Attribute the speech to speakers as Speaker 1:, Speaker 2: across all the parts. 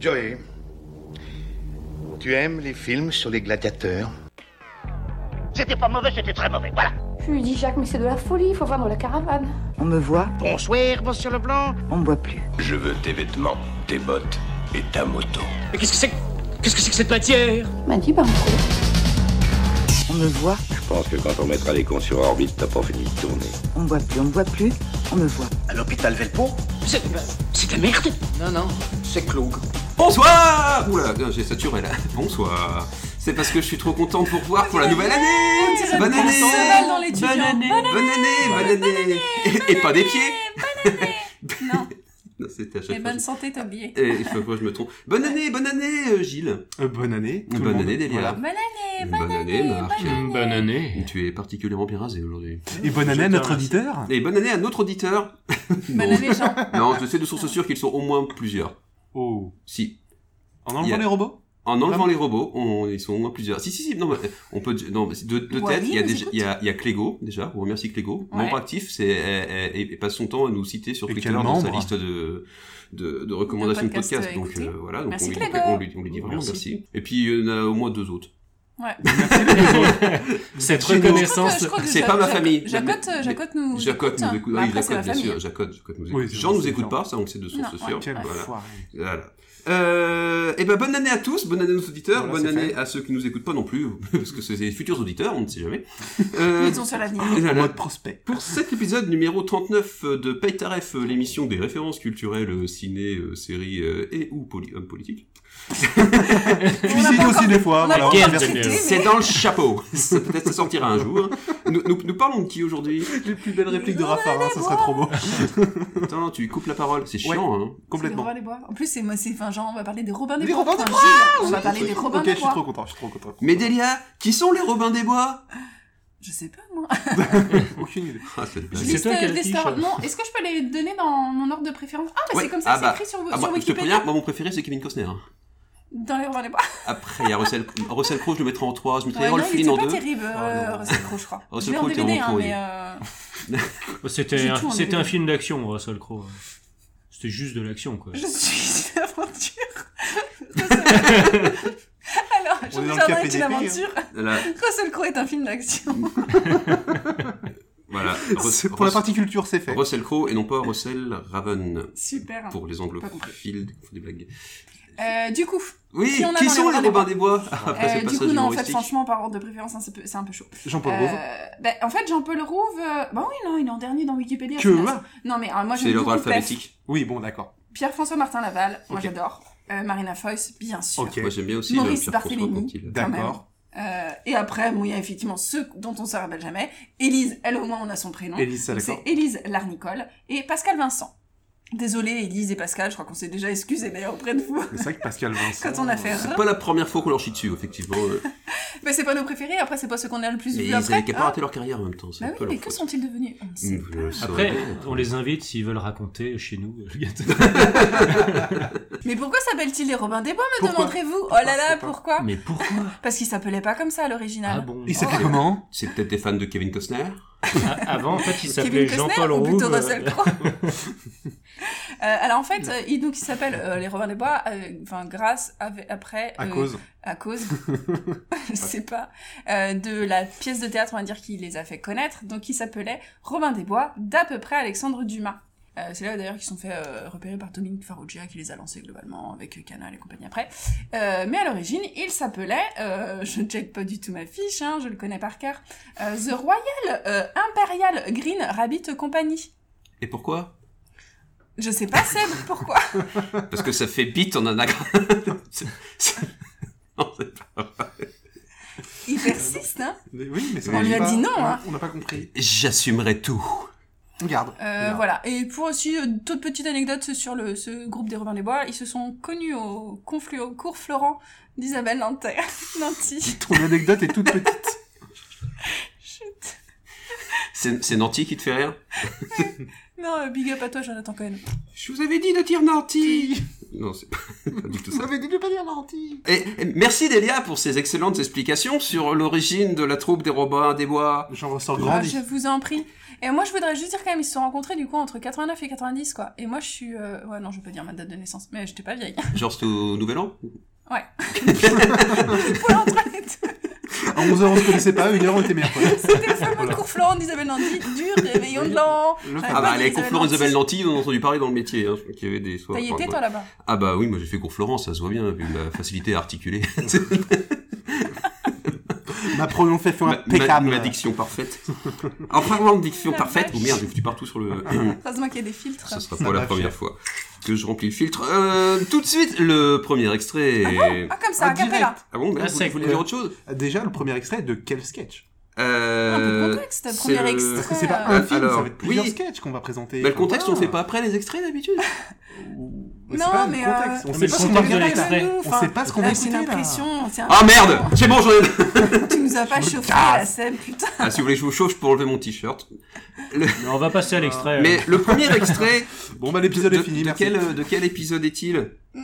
Speaker 1: Joey, tu aimes les films sur les gladiateurs
Speaker 2: C'était pas mauvais, c'était très mauvais, voilà.
Speaker 3: Je lui dis, Jacques, mais c'est de la folie, il faut vendre la caravane.
Speaker 4: On me voit,
Speaker 2: Bonsoir, monsieur Leblanc.
Speaker 4: on me voit plus.
Speaker 5: Je veux tes vêtements, tes bottes et ta moto.
Speaker 6: Mais qu'est-ce que c'est que- Qu'est-ce que c'est que cette matière
Speaker 3: Il m'a dit, ben, on
Speaker 4: On me voit,
Speaker 5: Je pense que quand on mettra les cons sur orbite, t'as pas fini de tourner.
Speaker 4: on me voit plus, on me voit plus, on me voit.
Speaker 2: À l'hôpital Velpo
Speaker 6: C'est c'est de la merde
Speaker 7: Non, non, c'est Cloug.
Speaker 8: Bonsoir Oula, euh, j'ai saturé là. Bonsoir. C'est parce que je suis trop content de vous revoir pour la nouvelle année Bonne année
Speaker 9: Bonne dans l'étudiant.
Speaker 7: Bonne année.
Speaker 8: Bonne année Bonne année Et- Et pas des pieds
Speaker 9: Non,
Speaker 8: Non, c'était à chaque
Speaker 9: mais
Speaker 8: fois.
Speaker 9: bonne santé, t'as oublié.
Speaker 8: Et il faut que je me trompe. Bonne année, bonne année, euh, Gilles.
Speaker 10: bonne année. tout le
Speaker 8: bonne
Speaker 10: monde.
Speaker 8: année, Delia.
Speaker 10: Voilà.
Speaker 9: Bonne année, bonne,
Speaker 8: Bonne année, Marc.
Speaker 10: Bonne année.
Speaker 8: Tu es particulièrement bien rasé aujourd'hui.
Speaker 10: Et bonne année à
Speaker 8: te
Speaker 10: notre
Speaker 8: remercie.
Speaker 10: auditeur.
Speaker 8: Et bonne année à notre auditeur.
Speaker 9: bonne année, Jean.
Speaker 8: Non, je sais de sources sûres qu'ils sont au moins plusieurs.
Speaker 10: Oh.
Speaker 8: Si,
Speaker 10: En enlevant
Speaker 8: Yeah.
Speaker 10: les robots
Speaker 8: En enlevant
Speaker 10: Vraiment
Speaker 8: les robots, on- ils sont au moins plusieurs. Si, si, si, non, mais, euh, on peut, non, mais de, de
Speaker 9: Wally
Speaker 8: tête, il y, a
Speaker 9: nous
Speaker 8: déjà,
Speaker 9: écoute.
Speaker 8: il, y a, il y a Clégo, déjà, on remercie Clégo,
Speaker 9: Ouais.
Speaker 8: membre actif, c'est, elle, elle- elle passe son temps à nous citer sur
Speaker 10: Et
Speaker 8: Twitter
Speaker 10: quel
Speaker 8: dans sa
Speaker 10: membre.
Speaker 8: liste de, de, de recommandations
Speaker 9: De
Speaker 8: de
Speaker 9: podcasts,
Speaker 8: podcasts.
Speaker 9: euh,
Speaker 8: donc,
Speaker 9: écoutés.
Speaker 8: euh, voilà, donc
Speaker 9: Merci
Speaker 8: on, lui,
Speaker 9: Clégo.
Speaker 8: on, lui, on lui dit vraiment merci.
Speaker 10: Merci.
Speaker 8: Et puis, il y en a au moins deux autres.
Speaker 9: Ouais.
Speaker 10: Cette
Speaker 9: Je crois que- je crois que
Speaker 8: C'est
Speaker 9: Jac-
Speaker 8: pas ma
Speaker 9: Jac-
Speaker 8: famille.
Speaker 9: Jacotte,
Speaker 8: Mais-
Speaker 9: Jacotte nous
Speaker 8: Jacotte nous écoute,
Speaker 9: Bah,
Speaker 8: oui,
Speaker 9: après, c'est
Speaker 8: Jacotte,
Speaker 9: la
Speaker 8: bien sûr,
Speaker 9: famille.
Speaker 8: Jacotte, Jacotte nous
Speaker 10: Oui,
Speaker 8: écoute.
Speaker 10: c'est
Speaker 8: Jean nous
Speaker 10: différent.
Speaker 8: écoute pas, ça on le sait de source
Speaker 9: Non,
Speaker 8: sûre.
Speaker 9: ouais.
Speaker 10: Quel
Speaker 8: Voilà.
Speaker 10: foiré.
Speaker 8: Voilà. Euh, et ben bonne année à tous, bonne année à nos auditeurs,
Speaker 10: Voilà,
Speaker 8: bonne
Speaker 10: c'est
Speaker 8: année
Speaker 10: fait.
Speaker 8: à ceux qui nous écoutent pas non plus, parce que c'est des futurs auditeurs, on ne sait jamais. Euh,
Speaker 9: Ils ont sur
Speaker 10: Oh,
Speaker 9: l'avenir.
Speaker 8: et voilà.
Speaker 10: Mode prospect.
Speaker 8: Pour cet épisode numéro 39 de Paytaref, euh, l'émission des références culturelles, euh, ciné, euh, séries euh, et ou poli- hommes politiques.
Speaker 10: Cuisine
Speaker 9: pas
Speaker 10: aussi
Speaker 9: encore-
Speaker 10: des fois.
Speaker 9: on a
Speaker 10: voilà,
Speaker 9: pas encore
Speaker 10: on verra.
Speaker 9: traité,
Speaker 8: C'est dans le chapeau. Ça, Peut-être ça sortira un jour. Nous, nous, nous parlons de qui aujourd'hui
Speaker 10: Les plus belles répliques de Raffarin, ça serait trop beau.
Speaker 8: Attends, tu coupes la parole, c'est
Speaker 10: Ouais.
Speaker 8: chiant. Hein.
Speaker 9: On
Speaker 10: Complètement.
Speaker 9: va les bois. En plus, c'est moi, c'est enfin, Jean, on va parler des Robins des
Speaker 10: Les
Speaker 9: Bois.
Speaker 10: Robins des
Speaker 9: Enfin,
Speaker 10: Bois
Speaker 9: Gilles, On va parler des Robins
Speaker 10: Ok,
Speaker 9: des
Speaker 10: je suis
Speaker 9: Bois.
Speaker 10: trop content, je suis trop content.
Speaker 8: Mais Delia, qui sont les Robins des Bois
Speaker 9: Je sais pas, moi.
Speaker 10: Aucune idée.
Speaker 8: ah, c'est le
Speaker 9: Je
Speaker 10: C'est
Speaker 9: liste
Speaker 10: toi qui as
Speaker 9: euh, des
Speaker 10: l'affiche.
Speaker 9: stars. Non, est-ce que je peux les donner dans mon ordre de préférence Ah, mais
Speaker 8: Ouais.
Speaker 9: c'est comme ça,
Speaker 8: Ah,
Speaker 9: c'est
Speaker 8: bah.
Speaker 9: écrit sur,
Speaker 8: Ah, moi,
Speaker 9: sur
Speaker 8: je te
Speaker 9: Wikipédia.
Speaker 8: préviens, moi, mon préféré c'est Kevin Costner. hein.
Speaker 9: Dans les Robins des Bois.
Speaker 8: Après, il y a Russell, Russell Crowe, je le mettrai en 3, je mettrai
Speaker 9: Ouais, non,
Speaker 8: Errol
Speaker 9: il
Speaker 8: Flynn
Speaker 9: était
Speaker 8: en
Speaker 9: pas
Speaker 8: 2.
Speaker 9: terrible, euh, Russell Crowe, je crois.
Speaker 8: Russell
Speaker 9: Je l'ai en
Speaker 8: Crowe était
Speaker 9: DVD, hein,
Speaker 8: vraiment
Speaker 9: mais.
Speaker 8: pourri.
Speaker 9: euh, J'ai
Speaker 6: Bah, C'était
Speaker 9: tout
Speaker 6: un,
Speaker 9: enlevé.
Speaker 6: c'était un film d'action, Russell Crowe. C'était juste de l'action, quoi.
Speaker 9: Je suis une aventure. Ça, c'est- Alors,
Speaker 10: On est
Speaker 9: Jean
Speaker 10: dans le
Speaker 9: Jardin est
Speaker 10: KPDP,
Speaker 9: une aventure.
Speaker 8: Voilà,
Speaker 9: Russell Crowe est un film d'action.
Speaker 8: voilà.
Speaker 10: C'est-
Speaker 8: Rus-
Speaker 10: Pour la
Speaker 8: Rus-
Speaker 10: partie culture, c'est fait.
Speaker 8: Russell Crowe et non pas Russell Raven.
Speaker 9: Super.
Speaker 8: Pour les
Speaker 9: Pas compris.
Speaker 8: anglophiles, qui font des blagues.
Speaker 9: Euh, du coup,
Speaker 8: Oui,
Speaker 9: Qui
Speaker 8: qui,
Speaker 9: on a dans
Speaker 8: sont
Speaker 9: les
Speaker 8: les
Speaker 9: Robins
Speaker 8: Robins des Bois Ah, Après
Speaker 9: euh,
Speaker 8: ce
Speaker 9: du
Speaker 8: passage
Speaker 9: coup, non, en fait,
Speaker 8: humoristique.
Speaker 9: franchement, par ordre de préférence, hein, c'est peu- c'est un peu chaud.
Speaker 10: Jean-Paul
Speaker 9: Euh,
Speaker 10: Rouve.
Speaker 9: ben, en fait, Jean-Paul Rouve, euh, bah oui, non, il est en dernier dans Wikipédia.
Speaker 10: Que
Speaker 9: c'est la- Non, mais euh, moi,
Speaker 8: C'est
Speaker 9: j'aime
Speaker 8: l'ordre
Speaker 9: beaucoup Pef.
Speaker 8: alphabétique.
Speaker 10: Oui, bon, d'accord.
Speaker 9: Pierre-François Martin Laval, moi
Speaker 10: Ok.
Speaker 9: j'adore. Euh, Marina Foïs, bien sûr.
Speaker 10: Ok.
Speaker 8: Moi j'aime bien aussi
Speaker 9: Maurice
Speaker 8: le Pierre-François
Speaker 9: Barthélemy.
Speaker 8: quand il-
Speaker 9: Quand même.
Speaker 10: D'accord.
Speaker 9: Euh, et après, bon, il y a effectivement ceux dont on se rappelle jamais. Élise, elle au moins on a son prénom.
Speaker 10: Élise, ça,
Speaker 9: Donc,
Speaker 10: Ah, d'accord.
Speaker 9: C'est Élise Larnicole et Pascal Vincent. Désolé Élise et Pascal, je crois qu'on s'est déjà excusé d'ailleurs auprès de vous
Speaker 10: C'est vrai que Pascal Vincent. euh,
Speaker 9: quand on a fait.
Speaker 8: C'est pas la première fois qu'on leur chie dessus, effectivement. euh.
Speaker 9: Mais c'est pas nos préférés, après c'est pas ceux qu'on a le plus
Speaker 8: Mais
Speaker 9: vu
Speaker 8: ils
Speaker 9: après.
Speaker 8: avaient qu'à pas rater leur carrière en même temps. c'est
Speaker 9: Bah
Speaker 8: un
Speaker 9: oui,
Speaker 8: peu leur
Speaker 9: mais que
Speaker 8: faute.
Speaker 9: sont-ils devenus On ne sait
Speaker 8: Mmh, je le saurais.
Speaker 6: Après, on les invite s'ils veulent raconter chez nous. euh, le gâteau.
Speaker 9: pas. Mais pourquoi s'appellent-ils les Robins des Bois, me
Speaker 10: Pourquoi
Speaker 9: demanderez-vous Oh
Speaker 10: Pourquoi
Speaker 9: là là,
Speaker 10: Pourquoi
Speaker 8: Ah.
Speaker 9: pourquoi
Speaker 8: Mm.
Speaker 6: Mais pourquoi
Speaker 9: Parce qu'ils s'appelaient pas comme ça à
Speaker 6: Ah
Speaker 9: l'original.
Speaker 6: bon
Speaker 10: Il s'appelle comment
Speaker 8: C'est peut-être des fans de Kevin Costner
Speaker 6: Ah, Avant, en fait, il
Speaker 9: Kevin
Speaker 6: s'appelait
Speaker 9: Costner
Speaker 6: Jean-Paul
Speaker 9: ou
Speaker 6: Rouve.
Speaker 9: plutôt Russell Crowe Euh, Alors en fait, euh, il, donc, il s'appelle euh, les Robins des Bois, euh, enfin grâce à- après
Speaker 10: À
Speaker 9: euh,
Speaker 10: cause.
Speaker 9: à cause, je sais pas, euh, de la pièce de théâtre, on va dire, qui les a fait connaître, donc qui s'appelait Robin des Bois, d'à peu près Alexandre Dumas. Euh, c'est là d'ailleurs qu'ils sont fait euh, repérer par Dominique Farrugia qui les a lancés globalement avec euh, Canal et compagnie après. Euh, mais à l'origine, il s'appelait, euh, je ne check pas du tout ma fiche, hein, je le connais par cœur, euh, The Royal euh, Imperial Green Rabbit Company.
Speaker 8: Et pourquoi
Speaker 9: Je sais pas Seb pourquoi.
Speaker 8: Parce que ça fait bite en anagramme. C'est- c'est- Non, c'est pas vrai.
Speaker 9: Il persiste, hein.
Speaker 10: Mais Oui, mais ça
Speaker 8: On
Speaker 10: marche
Speaker 9: lui a
Speaker 10: pas.
Speaker 9: dit non, hein.
Speaker 10: On n'a pas compris.
Speaker 8: J'assumerai tout.
Speaker 10: Regarde.
Speaker 9: Euh,
Speaker 10: Regarde.
Speaker 9: voilà. Et pour aussi euh, toute petite anecdote sur le, ce groupe des Robins des Bois, ils se sont connus au, conflu, au cours Florent d'Isabelle Nanterre. Nanty.
Speaker 10: Ton anecdote est toute petite.
Speaker 9: Chut.
Speaker 8: C'est c'est Nanty qui te fait rire
Speaker 9: Non, euh, big up à toi, Jonathan Cohen.
Speaker 8: Je vous avais dit de dire Nanty Non, c'est pas, pas du tout
Speaker 10: Vous
Speaker 8: ça.
Speaker 10: m'avez dit de pas dire la hantille
Speaker 8: Et, et merci Delia pour ces excellentes explications sur l'origine de la troupe des Robins des Bois.
Speaker 10: J'en ressors
Speaker 9: Ah,
Speaker 10: grandi.
Speaker 9: je vous en prie. Et moi, je voudrais juste dire quand même, ils se sont rencontrés du coup entre 89 et 90, quoi. Et moi, je suis. euh, Ouais, non, je peux pas dire ma date de naissance, mais j'étais pas vieille.
Speaker 8: Genre, c'est au Nouvel An
Speaker 9: Ouais. Pour l'entraide.
Speaker 10: À 11h, on se connaissait pas, à 1h, on était meilleurs. potes.
Speaker 9: C'était le fameux cours Florent d'Isabelle Nandy, du réveillon de l'an.
Speaker 10: Le
Speaker 9: Ah,
Speaker 8: Ah bah,
Speaker 9: oui,
Speaker 8: les
Speaker 9: Isabelle
Speaker 8: cours Florent
Speaker 9: Lanty.
Speaker 8: Isabelle Lanty, on a entendu parler dans le métier, hein, qu'il y avait des soirs.
Speaker 9: T'as y
Speaker 8: enfin,
Speaker 9: été, toi,
Speaker 8: voilà.
Speaker 9: là-bas
Speaker 8: Ah bah oui, moi j'ai fait cours Florent, ça se voit bien, vu ma facilité à articuler.
Speaker 10: Ma prononciation
Speaker 8: ma, ma,
Speaker 10: impeccable.
Speaker 8: ma diction parfaite. En parlant de diction
Speaker 9: La
Speaker 8: parfaite, oh
Speaker 9: vache.
Speaker 8: merde, j'ai foutu partout sur le...
Speaker 9: Heureusement qu'il y a des filtres.
Speaker 8: Ça sera
Speaker 10: Ça
Speaker 8: pas la
Speaker 10: va,
Speaker 8: première
Speaker 10: Pierre.
Speaker 8: fois que je remplis le filtre. Euh, tout de suite, le premier extrait.
Speaker 9: Ah, comme ça, à
Speaker 10: Ah,
Speaker 9: capella.
Speaker 10: direct.
Speaker 8: Ah bon, mais
Speaker 6: Ah,
Speaker 8: vous,
Speaker 6: sec,
Speaker 8: vous voulez
Speaker 10: ouais.
Speaker 8: dire autre chose
Speaker 10: Déjà, le premier extrait de quel sketch
Speaker 8: Euh,
Speaker 9: Un peu de contexte,
Speaker 8: c'est
Speaker 9: premier
Speaker 8: le-
Speaker 9: extrait.
Speaker 10: Parce que c'est pas
Speaker 8: Euh,
Speaker 10: un film,
Speaker 8: alors,
Speaker 10: ça va être plusieurs
Speaker 8: oui.
Speaker 10: sketchs qu'on va présenter.
Speaker 8: Mais le contexte, on
Speaker 10: Ah.
Speaker 8: le fait pas après les extraits d'habitude.
Speaker 10: Ou-
Speaker 9: Non,
Speaker 10: c'est pas le
Speaker 9: mais,
Speaker 10: contexte.
Speaker 6: euh,
Speaker 10: On
Speaker 6: mais
Speaker 10: sait
Speaker 6: le
Speaker 10: pas ce qu'on va
Speaker 6: contexte de
Speaker 10: regarder.
Speaker 6: l'extrait.
Speaker 9: Nous,
Speaker 10: On
Speaker 9: enfin,
Speaker 10: sait pas ce qu'on
Speaker 9: là,
Speaker 10: va
Speaker 9: Ah, C'est
Speaker 10: écouter, là.
Speaker 9: l'impression. c'est un-
Speaker 8: Ah merde C'est bon, j'en ai
Speaker 9: Tu nous as pas chauffé à la scène, putain.
Speaker 8: Ah, si vous voulez que je vous chauffe, je peux enlever mon t-shirt.
Speaker 6: Mais on va passer
Speaker 9: Ah.
Speaker 6: à
Speaker 9: Euh.
Speaker 6: l'extrait.
Speaker 8: Mais le premier extrait.
Speaker 10: Bon, bah, l'épisode
Speaker 8: de-
Speaker 10: est fini,
Speaker 8: De
Speaker 10: merci.
Speaker 8: quel, euh, de quel épisode est-il
Speaker 9: Non,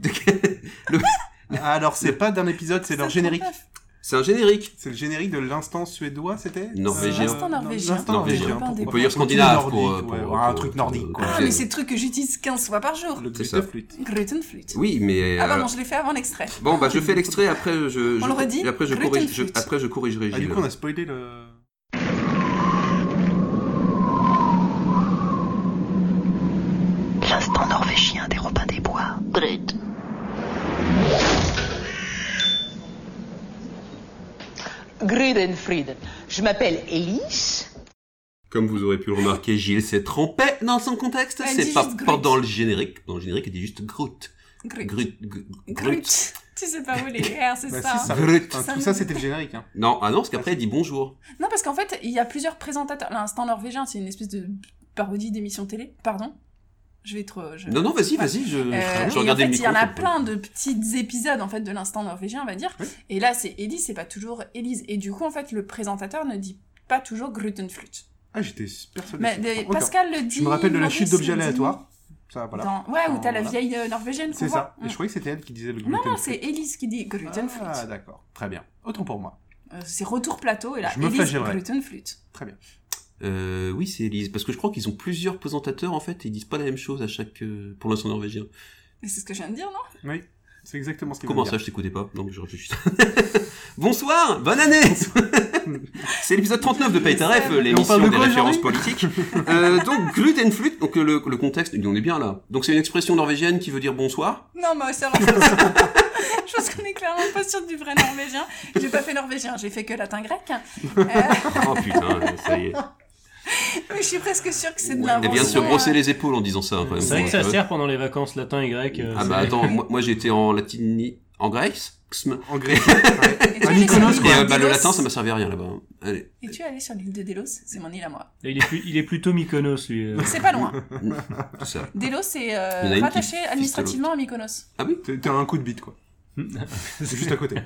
Speaker 8: De quel-
Speaker 10: Alors, c'est pas d'un épisode, c'est leur générique.
Speaker 9: Ah,
Speaker 8: C'est un générique.
Speaker 10: C'est le générique de l'instant suédois, c'était
Speaker 8: Norvégien.
Speaker 9: L'instant norvégien.
Speaker 10: L'instant
Speaker 8: Norvégien.
Speaker 10: norvégien.
Speaker 9: On
Speaker 8: On peut dire scandinave pour, euh,
Speaker 10: Nordique, ouais,
Speaker 8: pour-
Speaker 10: ouais, un
Speaker 8: pour-
Speaker 10: truc
Speaker 8: pour-
Speaker 10: nordique, quoi.
Speaker 9: Ah, mais c'est le truc que j'utilise 15 fois par jour.
Speaker 10: Le
Speaker 8: C'est
Speaker 10: glut
Speaker 8: ça.
Speaker 10: de flûte.
Speaker 9: Grütenflüte.
Speaker 8: Oui, mais.
Speaker 9: Ah,
Speaker 8: euh,
Speaker 9: pardon, je l'ai fait avant l'extrait.
Speaker 8: Bon, bah je fais l'extrait, après je, je,
Speaker 9: On le redit
Speaker 8: et après, je
Speaker 9: Grüten
Speaker 8: corrige, je-
Speaker 9: Flute.
Speaker 8: après je corrigerai Gilles.
Speaker 10: Ah, du coup, on a spoilé le.
Speaker 7: L'instant norvégien des Robins des Bois. Brut. Grudenfrieden. Je m'appelle Elise.
Speaker 8: Comme vous aurez pu le remarquer, Gilles s'est trompé dans son contexte.
Speaker 9: Elle
Speaker 8: C'est
Speaker 9: dit
Speaker 8: pas
Speaker 9: juste Grut.
Speaker 8: pendant le générique. Dans le générique, il dit juste Groot.
Speaker 9: Grut.
Speaker 8: Groot. Groot.
Speaker 9: Grut. Tu sais pas où les R, c'est
Speaker 10: Bah,
Speaker 9: ça. hein.
Speaker 10: si, ça-
Speaker 8: Brut.
Speaker 10: enfin, Tout ça, c'était le générique. hein.
Speaker 8: Non, ah non, parce qu'après, il dit bonjour.
Speaker 9: Non, parce qu'en fait, il y a plusieurs présentateurs. L'instant norvégien, c'est une espèce de parodie d'émission télé. Pardon Je vais trop. je-
Speaker 8: Non, non, vas-y,
Speaker 9: Ouais.
Speaker 8: vas-y, je,
Speaker 9: Euh, et
Speaker 8: je
Speaker 9: en
Speaker 8: regardais
Speaker 9: fait,
Speaker 8: le
Speaker 9: il
Speaker 8: micro.
Speaker 9: y en a
Speaker 8: ça me-
Speaker 9: plein de petits épisodes en fait de l'instant norvégien, on va dire.
Speaker 10: Oui.
Speaker 9: Et là, c'est Elise, c'est pas toujours Elise. Et du coup, en fait, le présentateur ne dit pas toujours Grutenflut.
Speaker 10: Ah, j'étais persuadé.
Speaker 9: Mais
Speaker 10: de ça.
Speaker 9: des-
Speaker 10: Encore.
Speaker 9: Pascal le dit.
Speaker 10: Je me rappelle de la
Speaker 9: Maurice
Speaker 10: chute d'objets
Speaker 9: le dit
Speaker 10: aléatoires. Ça, voilà.
Speaker 9: dans- Ouais, où
Speaker 10: Enfin,
Speaker 9: t'as la
Speaker 10: voilà.
Speaker 9: vieille euh, norvégienne qu'on
Speaker 10: C'est
Speaker 9: voit.
Speaker 10: ça. Et je croyais que c'était elle qui disait le gluten.
Speaker 9: Non, non, c'est Elise qui dit Grutenflut.
Speaker 10: Ah, d'accord. Très bien. Autant pour moi.
Speaker 9: Euh, c'est retour plateau et là,
Speaker 10: Je me
Speaker 9: Elise
Speaker 10: flagellerai.
Speaker 9: Grutenflut.
Speaker 10: Très bien.
Speaker 8: Euh, oui, c'est Elise. Parce que je crois qu'ils ont plusieurs présentateurs, en fait, et ils disent pas la même chose à chaque, euh, pour l'instant norvégien.
Speaker 9: Mais c'est ce que je viens de dire, non
Speaker 10: Oui, c'est exactement ce que
Speaker 8: Comment
Speaker 10: veut
Speaker 8: ça,
Speaker 10: dire.
Speaker 8: je t'écoutais pas? Non, mais je réfléchis. Bonsoir! Bonne année! C'est l'épisode 39 de Paytaref, l'émission
Speaker 10: parle de
Speaker 8: des
Speaker 10: quoi
Speaker 8: références
Speaker 10: aujourd'hui
Speaker 8: politiques. Euh, donc, gluten flûte, donc le, le contexte, on est bien là. Donc, c'est une expression norvégienne qui veut dire bonsoir.
Speaker 9: Non, mais ça va. Je pense qu'on est clairement pas sûr du vrai norvégien. J'ai pas fait norvégien, j'ai fait que latin grec. Euh,
Speaker 8: Oh putain, ça y est.
Speaker 9: mais je suis presque sûre que c'est de
Speaker 8: Elle
Speaker 9: l'invention.
Speaker 8: vient de se brosser
Speaker 9: euh,
Speaker 8: les épaules en disant ça, quand même.
Speaker 6: C'est vrai que ça
Speaker 8: euh, Ouais.
Speaker 6: sert pendant les vacances latin et grec. euh,
Speaker 8: Ah
Speaker 6: c'est-
Speaker 8: bah attends, moi, moi j'étais en latini, en grec, xm.
Speaker 10: En grec. ouais.
Speaker 9: Et tu es
Speaker 10: À
Speaker 9: allé sur
Speaker 10: Mykonos,
Speaker 9: l'île
Speaker 8: et
Speaker 9: de
Speaker 8: euh, bah, le
Speaker 9: Délos
Speaker 8: latin, ça m'a servi à rien là-bas. hein. Allez.
Speaker 9: Et tu es allé sur l'île de Delos C'est mon île à moi.
Speaker 6: Là, il, est plus, il est plutôt Mykonos, lui. euh.
Speaker 9: C'est pas loin.
Speaker 10: Ah,
Speaker 8: tout ça.
Speaker 9: Delos est
Speaker 8: Il y en a
Speaker 9: euh,
Speaker 8: une qui
Speaker 9: rattaché
Speaker 8: fiste
Speaker 9: administrativement à Mykonos.
Speaker 10: T'es- T'as un coup de bite, quoi. C'est juste à côté.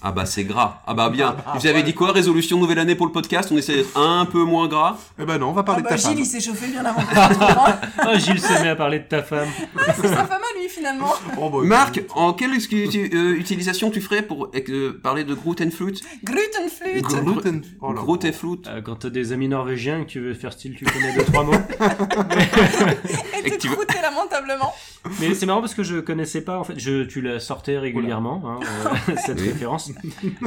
Speaker 8: Ah bah c'est gras. Ah bah bien. Vous avez dit quoi Résolution nouvelle année pour le podcast On essaie d'être un peu moins gras.
Speaker 10: Eh ben non, on va
Speaker 9: Ah
Speaker 10: parler de
Speaker 9: bah
Speaker 10: ta femme.
Speaker 9: Gilles, il s'est chauffé bien avant. Ah,
Speaker 6: Ah, Gilles se met à parler de ta femme.
Speaker 9: c'est sa femme à lui finalement.
Speaker 10: Oh, bah,
Speaker 8: Marc, en quelle ex- uti- euh, utilisation tu ferais pour euh, parler de Glutenflut
Speaker 9: Grutenflut.
Speaker 10: Gluten. Oh là.
Speaker 8: Glutenflut
Speaker 6: Euh, quand t'as des amis norvégiens et que tu veux faire style, tu connais deux, trois mots.
Speaker 9: Et
Speaker 8: que
Speaker 9: t'es
Speaker 8: tu veux-
Speaker 9: croûté lamentablement.
Speaker 6: Mais c'est marrant parce que je connaissais pas, en fait, je, tu la sortais régulièrement, hein, euh, cette
Speaker 8: Oui.
Speaker 6: référence.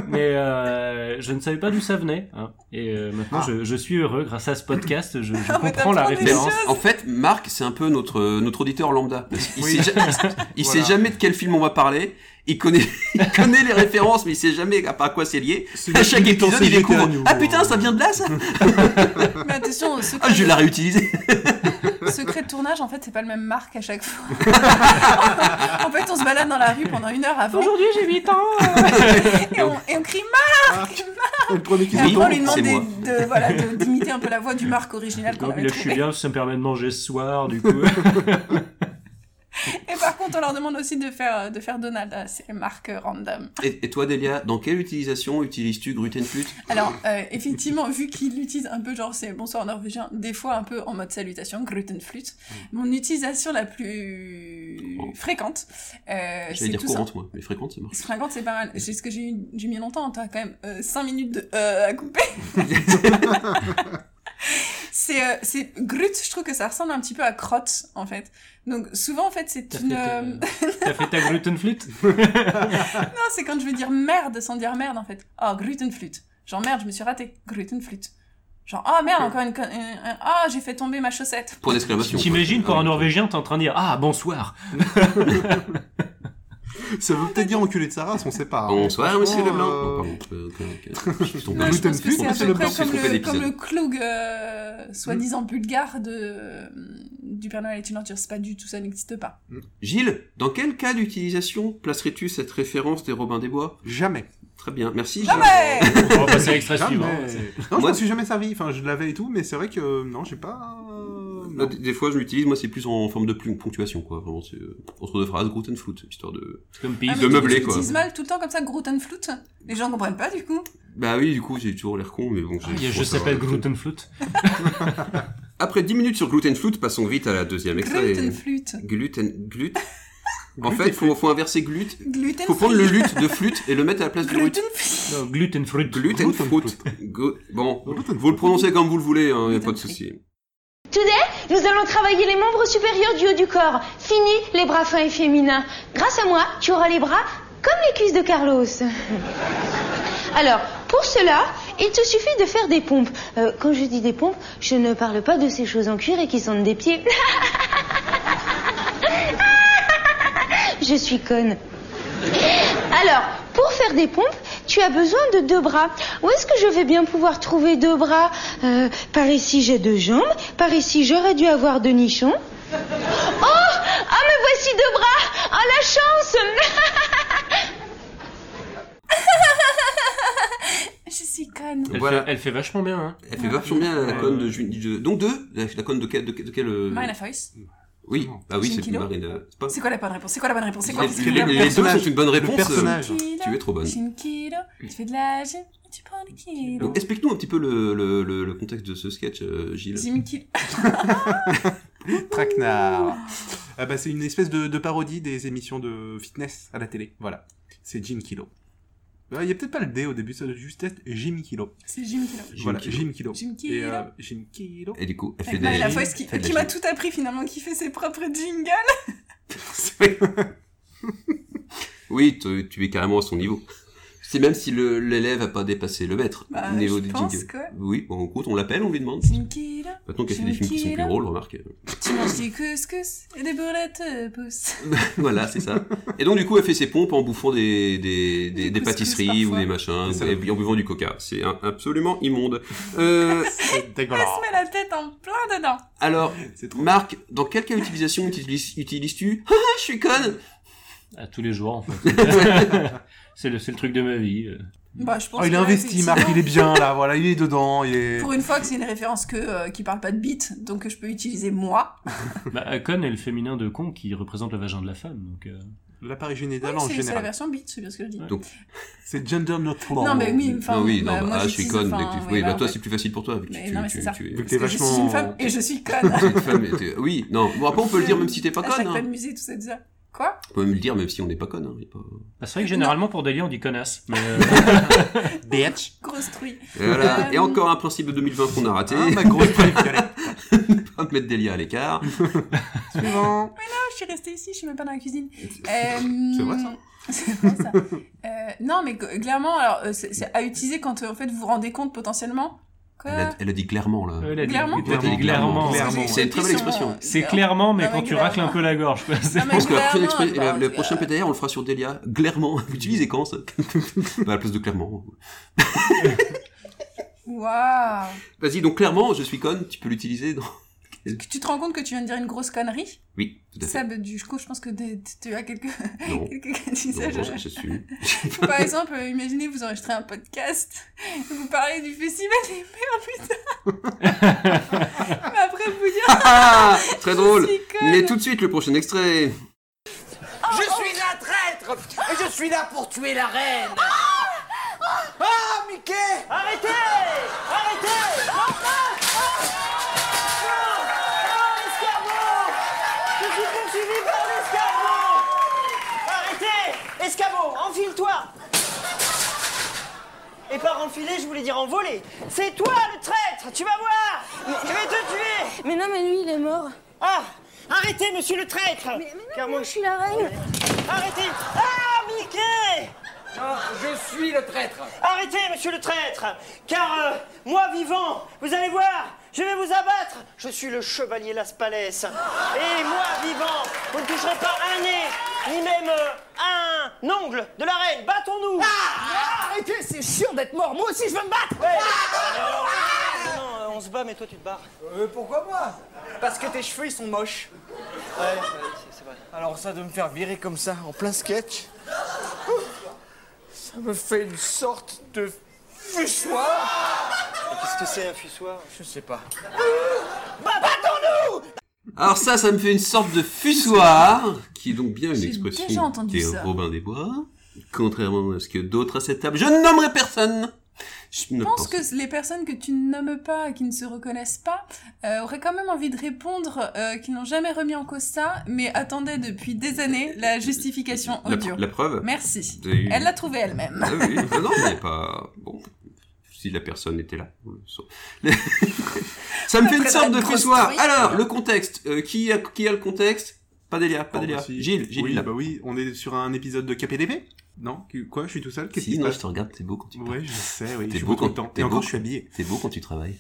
Speaker 6: Mais euh, je ne savais pas d'où ça venait. hein. Et euh, maintenant,
Speaker 10: Ah.
Speaker 6: je, je suis heureux grâce à ce podcast, je, je
Speaker 9: Ah, mais
Speaker 6: comprends la
Speaker 9: t'apprends des
Speaker 8: Mais
Speaker 6: référence.
Speaker 9: choses.
Speaker 8: en fait, Marc, c'est un peu notre, euh, notre auditeur lambda. Parce qu'il
Speaker 10: Oui.
Speaker 8: sait, ja- il sait
Speaker 10: Voilà.
Speaker 8: jamais de quel film on va parler. Il connaît, il connaît les références, mais il sait jamais à par quoi c'est lié. À chaque épisode, il découvre. Ah putain, ça vient de là, ça
Speaker 9: Mais attention, ce
Speaker 8: Ah, je vais la réutiliser.
Speaker 9: Secret de tournage, en fait, c'est pas le même marque à chaque fois. en fait, on se balade dans la rue pendant une heure avant. Aujourd'hui, j'ai 8 ans. et, on, et on crie Marc
Speaker 10: Le premier qui
Speaker 9: Et
Speaker 10: se
Speaker 9: après,
Speaker 8: Oui,
Speaker 9: on
Speaker 10: retourne.
Speaker 9: lui demande
Speaker 8: c'est
Speaker 9: des-
Speaker 8: moi.
Speaker 9: de- voilà, de- d'imiter un peu la voix du Marc original qu'on
Speaker 6: Donc,
Speaker 9: avait
Speaker 6: là, je suis
Speaker 9: trouvé.
Speaker 6: bien, ça me permet de manger ce soir, du coup.
Speaker 9: Et par contre, on leur demande aussi de faire, euh, de faire Donald. Ah, C'est Marc euh, random.
Speaker 8: Et, et toi, Delia, dans quelle utilisation utilises-tu Glutenflut
Speaker 9: Alors, euh, effectivement, vu qu'il l'utilise un peu, genre, c'est bonsoir en norvégien, des fois un peu en mode salutation, Grutenflut. Mon utilisation la plus
Speaker 8: Mm. Oh.
Speaker 9: fréquente. Euh,
Speaker 8: J'allais
Speaker 9: c'est
Speaker 8: dire
Speaker 9: tout ça.
Speaker 8: courante, moi, mais fréquente, ça marche.
Speaker 9: Fréquente, c'est pas mal. C'est ce que j'ai eu- j'ai mis longtemps. T'as quand même 5 minutes de euh, à couper. c'est euh, c'est grut. Je trouve que ça ressemble un petit peu à crotte en fait. Donc souvent en fait c'est
Speaker 6: T'as
Speaker 9: une
Speaker 6: fait, ta-
Speaker 9: euh,
Speaker 6: t'as fait ta glutenflute
Speaker 9: non Ah, c'est quand je veux dire merde sans dire merde en fait. Oh glutenflute. Genre merde je me suis ratée. Glutenflute. Genre ah merde encore une con- un- un- ah j'ai fait tomber ma chaussette.
Speaker 8: Point d'exclamation.
Speaker 6: T'imagines
Speaker 8: quoi.
Speaker 6: quand un Norvégien t'es en train de dire Ah bonsoir
Speaker 10: Ça veut peut-être dire enculé de sa race, on sait pas. hein.
Speaker 8: Bonsoir, monsieur
Speaker 10: Franchement,
Speaker 8: Leblanc. Non,
Speaker 10: euh,
Speaker 8: pardon, euh, ok, ok. Je suis tombé.
Speaker 9: Non, je pense que
Speaker 10: Glutenflute,
Speaker 9: c'est
Speaker 10: on
Speaker 9: à
Speaker 10: fait
Speaker 9: peu
Speaker 10: le
Speaker 9: près
Speaker 10: blanc,
Speaker 8: c'est
Speaker 9: comme
Speaker 8: ce qu'on fait Mmh.
Speaker 9: le,
Speaker 8: d'épisode.
Speaker 9: comme le cloug euh, soi-disant bulgare de, euh, du Père Noël est une ordure. C'est pas du tout, ça n'existe pas.
Speaker 8: Gilles, dans quel cas d'utilisation placerais-tu cette référence des Robins des Bois
Speaker 10: Jamais.
Speaker 8: Très bien, merci.
Speaker 9: Ah
Speaker 8: Gilles.
Speaker 9: Jamais
Speaker 6: On va passer à l'extrait
Speaker 10: Jamais.
Speaker 6: suivant. hein,
Speaker 10: Non, je
Speaker 8: Moi-
Speaker 10: m'en suis jamais servi. Enfin, je l'avais et tout, mais c'est vrai que euh, non, j'ai pas. euh,
Speaker 8: Là, des, des fois, je l'utilise, moi, c'est plus en forme de plume, ponctuation, quoi. Vraiment, c'est euh, entre deux phrases, Glutenflut, histoire de.
Speaker 6: Comme
Speaker 9: Ah,
Speaker 6: pays.
Speaker 9: mais
Speaker 8: de
Speaker 9: tu-
Speaker 8: meubler,
Speaker 9: tu
Speaker 8: quoi.
Speaker 9: utilises mal tout le temps comme ça, Groutenflute. Les gens comprennent pas du coup.
Speaker 8: Bah oui, du coup, j'ai toujours l'air con, mais bon. j'ai-
Speaker 6: Ah, Il y a
Speaker 8: faut
Speaker 6: Je
Speaker 8: savoir
Speaker 6: s'appelle
Speaker 8: le-
Speaker 6: glutenflute.
Speaker 8: Après 10 minutes sur Glutenflut, passons vite à la deuxième extrait.
Speaker 9: Glutenflute.
Speaker 8: Gluten. Glut. En fait, faut, faut inverser glut.
Speaker 9: Gluten.
Speaker 8: Faut prendre le lut de flûte et le mettre à la place du rut.
Speaker 9: Glutenflute.
Speaker 6: Non, glutenfrut.
Speaker 8: Glutenfrut. Go- Bon, vous le prononcez comme vous le voulez, hein, y a pas de souci.
Speaker 11: Nous allons travailler les membres supérieurs du haut du corps. Fini les bras fins et féminins. Grâce à moi, tu auras les bras comme les cuisses de Carlos. Alors, pour cela, il te suffit de faire des pompes. Euh, quand je dis des pompes, je ne parle pas de ces choses en cuir et qui sentent des pieds. je suis conne. Alors, pour faire des pompes, tu as besoin de deux bras. Où est-ce que je vais bien pouvoir trouver deux bras Euh, Par ici, j'ai deux jambes. Par ici, j'aurais dû avoir deux nichons. Oh Ah, me voici deux bras Ah, la chance
Speaker 9: Je suis conne.
Speaker 6: Elle,
Speaker 8: Voilà.
Speaker 6: fait, elle fait vachement bien. Hein.
Speaker 8: Elle fait vachement bien la conne de, Ju- de- donc de la, la conne de quel de, quel- de quel euh,
Speaker 9: Marina Foïs.
Speaker 8: oui ah oui
Speaker 9: Jean
Speaker 8: c'est
Speaker 9: Kilo.
Speaker 8: Marina c'est pas
Speaker 9: C'est quoi la bonne réponse C'est quoi la bonne réponse C'est quoi
Speaker 8: les,
Speaker 9: c'est
Speaker 8: les-
Speaker 9: quoi la-
Speaker 8: les deux sont une bonne réponse
Speaker 10: Le
Speaker 8: euh,
Speaker 10: personnage.
Speaker 8: tu es trop bonne
Speaker 9: Shinkido, tu fais de la gym, tu prends des kilos.
Speaker 8: donc explique-nous un petit peu le, le, le, le contexte de ce sketch euh, Gilles
Speaker 9: Jim Kilo.
Speaker 10: Traquenard. Ah bah, c'est une espèce de, de parodie des émissions de fitness à la télé. Voilà. C'est Jim Kilo. Bah, Il n'y a peut-être pas le D au début, ça doit juste être Jim Kilo.
Speaker 9: C'est Jim Kilo.
Speaker 8: Jim
Speaker 10: voilà,
Speaker 8: Kilo.
Speaker 10: Jim Kilo.
Speaker 9: Jim
Speaker 10: Et,
Speaker 9: Kilo.
Speaker 10: euh, Jim Kilo.
Speaker 8: et du coup elle fait
Speaker 9: Avec
Speaker 8: des
Speaker 9: Marina Foïs qui,
Speaker 8: fait de la
Speaker 9: qui m'a
Speaker 8: gym.
Speaker 9: tout appris finalement, qui fait ses propres jingles.
Speaker 8: oui tu, tu es carrément à son niveau c'est même si le- l'élève a pas dépassé le maître
Speaker 9: Bah,
Speaker 8: au niveau
Speaker 9: je
Speaker 8: du
Speaker 9: pense, Mmh.
Speaker 8: jingle.
Speaker 9: quoi.
Speaker 8: oui bon écoute on l'appelle on lui demande
Speaker 9: Jim Kilo.
Speaker 8: maintenant qu'elle fait
Speaker 9: Jim
Speaker 8: des films qui sont
Speaker 9: Kilo.
Speaker 8: plus drôles remarque
Speaker 9: Tu manges du couscous et des boulettes euh, pouces.
Speaker 8: voilà, c'est ça. Et donc, du coup, elle fait ses pompes en bouffant des, des, des,
Speaker 9: Des
Speaker 8: des
Speaker 9: couscous,
Speaker 8: pâtisseries
Speaker 9: parfois.
Speaker 8: ou des machins,
Speaker 10: Des
Speaker 8: ou- et en buvant du coca. C'est un- absolument immonde. Euh,
Speaker 10: C'est
Speaker 9: Elle
Speaker 10: dégueulasse.
Speaker 9: se met la tête en plein dedans.
Speaker 8: alors,
Speaker 10: C'est trop.
Speaker 8: Marc, dans quel cas d'utilisation utilises- utilises-tu Ah, je suis conne
Speaker 6: À tous les jours, en fait. c'est, le, c'est le truc de ma vie. euh.
Speaker 9: Bah, je pense
Speaker 10: Oh, il est
Speaker 9: que là,
Speaker 10: investi, Marc, il est
Speaker 9: effectivement,
Speaker 10: bien là, voilà, il est dedans, il est.
Speaker 9: Pour une fois que c'est une référence que, euh, qui parle pas de bite, donc que je peux utiliser moi.
Speaker 6: Bah, con est le féminin de con qui représente le vagin de la femme. Donc, euh,
Speaker 10: L'appareil génital
Speaker 9: Ah Oui, c'est-
Speaker 10: en
Speaker 9: c'est la
Speaker 10: général.
Speaker 9: version bite, c'est bien ce que je dis.
Speaker 6: Ouais.
Speaker 10: C'est gender neutral.
Speaker 9: Non, mais oui, enfin.
Speaker 8: Non, oui, non,
Speaker 9: bah,
Speaker 8: bah,
Speaker 9: moi,
Speaker 8: ah, je suis
Speaker 9: j'utilise,
Speaker 8: conne.
Speaker 9: enfin,
Speaker 8: dès que tu-
Speaker 9: oui,
Speaker 8: oui,
Speaker 9: bah,
Speaker 8: bah, toi,
Speaker 9: en fait,
Speaker 8: c'est plus facile pour toi, vu que
Speaker 9: Mais
Speaker 8: tu,
Speaker 9: non, mais
Speaker 8: tu-
Speaker 9: c'est ça.
Speaker 8: tu es-
Speaker 10: Vu que
Speaker 8: tu
Speaker 10: t'es
Speaker 9: parce que je suis
Speaker 10: vachement.
Speaker 9: une femme et je suis conne.
Speaker 8: es une femme et t'es- Oui, non. Bon, après, on peut le dire même si t'es pas
Speaker 9: Hashtag
Speaker 8: conne.
Speaker 9: pas
Speaker 8: hein.
Speaker 9: de musée, tout ça, tout ça. Quoi
Speaker 8: On peut même le dire même si on n'est pas conne. hein, y a pas-
Speaker 6: bah, c'est vrai que généralement, pour Delia, on dit connasse. Mais, euh,
Speaker 10: Bitch.
Speaker 9: Grosse truie.
Speaker 8: Et, voilà.
Speaker 9: Euh,
Speaker 8: et encore un principe de 2020 qu'on a raté.
Speaker 10: Ah, ma grosse pipe, allez.
Speaker 8: Pas de mettre des liens à l'écart.
Speaker 10: Suivant.
Speaker 9: Ah, je suis restée ici, je suis même pas dans la cuisine. C'est
Speaker 10: vrai, ça
Speaker 9: C'est vrai ça. Euh, non, mais que- clairement, alors, euh, c'est c'est à utiliser quand euh, en fait vous vous rendez compte potentiellement. Quoi
Speaker 8: Elle a- elle le dit clairement, là.
Speaker 6: elle a dit-
Speaker 9: Clairement
Speaker 6: elle a dit clairement.
Speaker 10: Clairement.
Speaker 8: C'est une très belle expression.
Speaker 6: C'est clairement, mais
Speaker 9: Non,
Speaker 6: quand
Speaker 9: mais
Speaker 6: tu racles un
Speaker 9: clairement.
Speaker 6: peu la gorge. quoi. C'est-
Speaker 9: Non,
Speaker 8: Je pense que la prochaine
Speaker 9: clairement,
Speaker 8: expé-
Speaker 9: bah,
Speaker 8: le- le
Speaker 9: tu-
Speaker 8: prochain
Speaker 9: euh,
Speaker 8: PTR, on le fera sur Delia. Clairement. Vous utilisez quand ça bah, À la place de clairement.
Speaker 9: Waouh
Speaker 8: Vas-y, donc clairement, je suis conne, tu peux l'utiliser dans.
Speaker 9: Que Tu te rends compte que tu viens de dire une grosse connerie
Speaker 8: Oui, tout à fait. Oh.
Speaker 9: Ça, bah, du coup, je pense que t'es- tu as quelques
Speaker 8: Non.
Speaker 9: quelques
Speaker 8: Non,
Speaker 9: sages.
Speaker 8: non, j'assume.
Speaker 9: Par exemple, euh, imaginez vous enregistrez un podcast, vous parlez du festival des mères, putain Mais après, vous dire
Speaker 8: Ah, Très drôle
Speaker 9: Je suis conne.
Speaker 8: Mais tout de suite, le prochain extrait
Speaker 2: Je suis un traître et je suis là pour tuer la reine. Ah, Mickey Arrêtez Arrêtez Ah, ah, ah, ah, ah, escargot Je suis poursuivi par un escargot
Speaker 12: enfile-toi Et par enfiler, je voulais dire envoler. C'est toi le traître, tu vas voir Je vais te tuer Mais non, mais lui, il est mort. Ah Arrêtez, monsieur le traître Car moi, je suis la reine Arrêtez Ah, Mickey
Speaker 2: Non, je suis le traître.
Speaker 12: Arrêtez, monsieur le traître Car, euh, moi vivant, vous allez voir, je vais vous abattre Je suis le chevalier Laspalès. Et moi vivant, vous ne toucherez pas un nez, ni même euh, un ongle de la reine Battons-nous
Speaker 2: Ah, Arrêtez, c'est sûr d'être mort. Moi aussi, je veux me battre. Ah,
Speaker 12: Ah, Non, euh, on se bat, mais toi, tu te barres.
Speaker 2: Euh, pourquoi moi Parce que tes cheveux, ils sont moches.
Speaker 12: Ouais, ouais, c'est- c'est vrai.
Speaker 2: Alors ça, de me faire virer comme ça, en plein sketch, ça me fait une sorte de fussoir.
Speaker 12: Qu'est-ce que c'est un fussoir
Speaker 2: Je sais pas.
Speaker 10: Ah,
Speaker 12: Battons-nous
Speaker 8: Alors ça, ça me fait une sorte de fussoir, qui est donc bien une
Speaker 9: J'ai
Speaker 8: expression
Speaker 9: déjà entendu
Speaker 8: des
Speaker 9: ça.
Speaker 8: Robin des Bois, contrairement à ce que d'autres à cette table. Je ne nommerai personne. Je ne
Speaker 9: Je pense que les personnes que tu ne nommes pas, qui ne se reconnaissent pas, euh, auraient quand même envie de répondre euh, qu'ils n'ont jamais remis en cause ça, mais attendaient depuis des années la justification
Speaker 8: La-
Speaker 9: audio.
Speaker 8: la preuve
Speaker 9: Merci.
Speaker 8: J'ai eu-
Speaker 9: Elle l'a trouvée elle-même.
Speaker 8: Ah oui, ah non, mais pas. Bon, si la personne était là. on le saura. ça me fait une
Speaker 9: Après,
Speaker 8: sorte
Speaker 9: pas
Speaker 8: de
Speaker 9: de grosse
Speaker 8: fussoir.
Speaker 9: truie.
Speaker 8: Alors, le contexte. Euh, qui, a, qui a le contexte Pas Delia, pas
Speaker 10: Oh,
Speaker 8: Delia.
Speaker 10: bah si.
Speaker 8: Gilles, Gilles.
Speaker 10: Oui,
Speaker 8: là.
Speaker 10: bah oui, on est sur un épisode de KPDP Non Qu- Quoi Je suis tout seul Qu'est-ce
Speaker 8: Si,
Speaker 10: qui se
Speaker 8: non,
Speaker 10: passe
Speaker 8: je te regarde, t'es beau quand tu
Speaker 10: Ouais, je sais, oui. je
Speaker 8: T'es
Speaker 10: suis
Speaker 8: beau
Speaker 10: tout
Speaker 8: quand
Speaker 10: le temps.
Speaker 8: t'es
Speaker 10: Et encore,
Speaker 8: beau-
Speaker 10: je suis habillé.
Speaker 8: T'es beau quand tu travailles.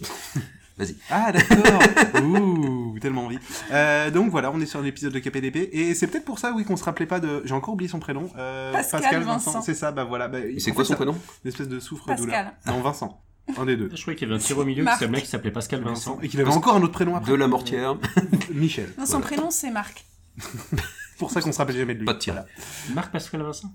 Speaker 8: Vas-y.
Speaker 10: Ah, d'accord Ouh, tellement envie. Euh, donc voilà, on est sur un épisode de KPDP. Et c'est peut-être pour ça, oui, qu'on se rappelait pas de. J'ai encore oublié son prénom. Euh,
Speaker 9: Pascal Vincent.
Speaker 10: C'est ça, bah voilà. Bah, il-
Speaker 8: c'est
Speaker 10: en
Speaker 8: quoi
Speaker 10: fait,
Speaker 8: son
Speaker 10: ça-
Speaker 8: prénom
Speaker 10: Une espèce de souffre douleur.
Speaker 9: Pascal.
Speaker 10: Non, Vincent. Un des deux.
Speaker 6: Je croyais qu'il y avait un tir au milieu,
Speaker 9: Marc.
Speaker 6: c'est un mec qui s'appelait Pascal Vincent.
Speaker 10: Et qu'il avait encore un autre prénom après.
Speaker 8: De la mortière.
Speaker 10: Michel.
Speaker 9: Non, son prénom c'est Marc.
Speaker 10: Pour ça qu'on se rappelle jamais de lui.
Speaker 8: Pas de tiré.
Speaker 6: Marc Pascal Vincent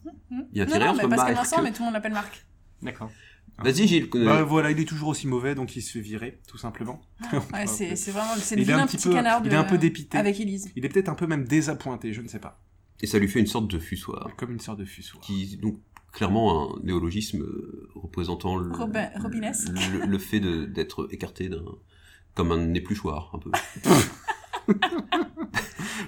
Speaker 8: Il y a
Speaker 9: Hmm non,
Speaker 8: tiré
Speaker 9: non,
Speaker 8: entre
Speaker 9: mais Pascal
Speaker 8: Marc.
Speaker 10: euh,
Speaker 9: Vincent, mais tout le monde l'appelle Marc.
Speaker 6: D'accord.
Speaker 8: Vas-y, Gilles. connais-
Speaker 10: Bah voilà, il est toujours aussi mauvais, donc il se fait virer, tout simplement.
Speaker 9: Ah, Ouais, c'est c'est vraiment c'est
Speaker 10: Ah, Il
Speaker 9: le
Speaker 10: est un
Speaker 9: vilain
Speaker 10: petit
Speaker 9: petit,
Speaker 10: peu-
Speaker 9: canard de,
Speaker 10: il est un peu dépité.
Speaker 9: avec Elise.
Speaker 10: Il est peut-être un peu même désappointé, je ne sais pas.
Speaker 8: Et ça lui fait une sorte de fussoir.
Speaker 10: Comme une sorte de fussoir.
Speaker 8: Oh. qui donc clairement un néologisme euh, représentant le,
Speaker 9: Robin- robinesque.
Speaker 8: le, le fait de- d'être écarté d'un comme un épluchoir un peu.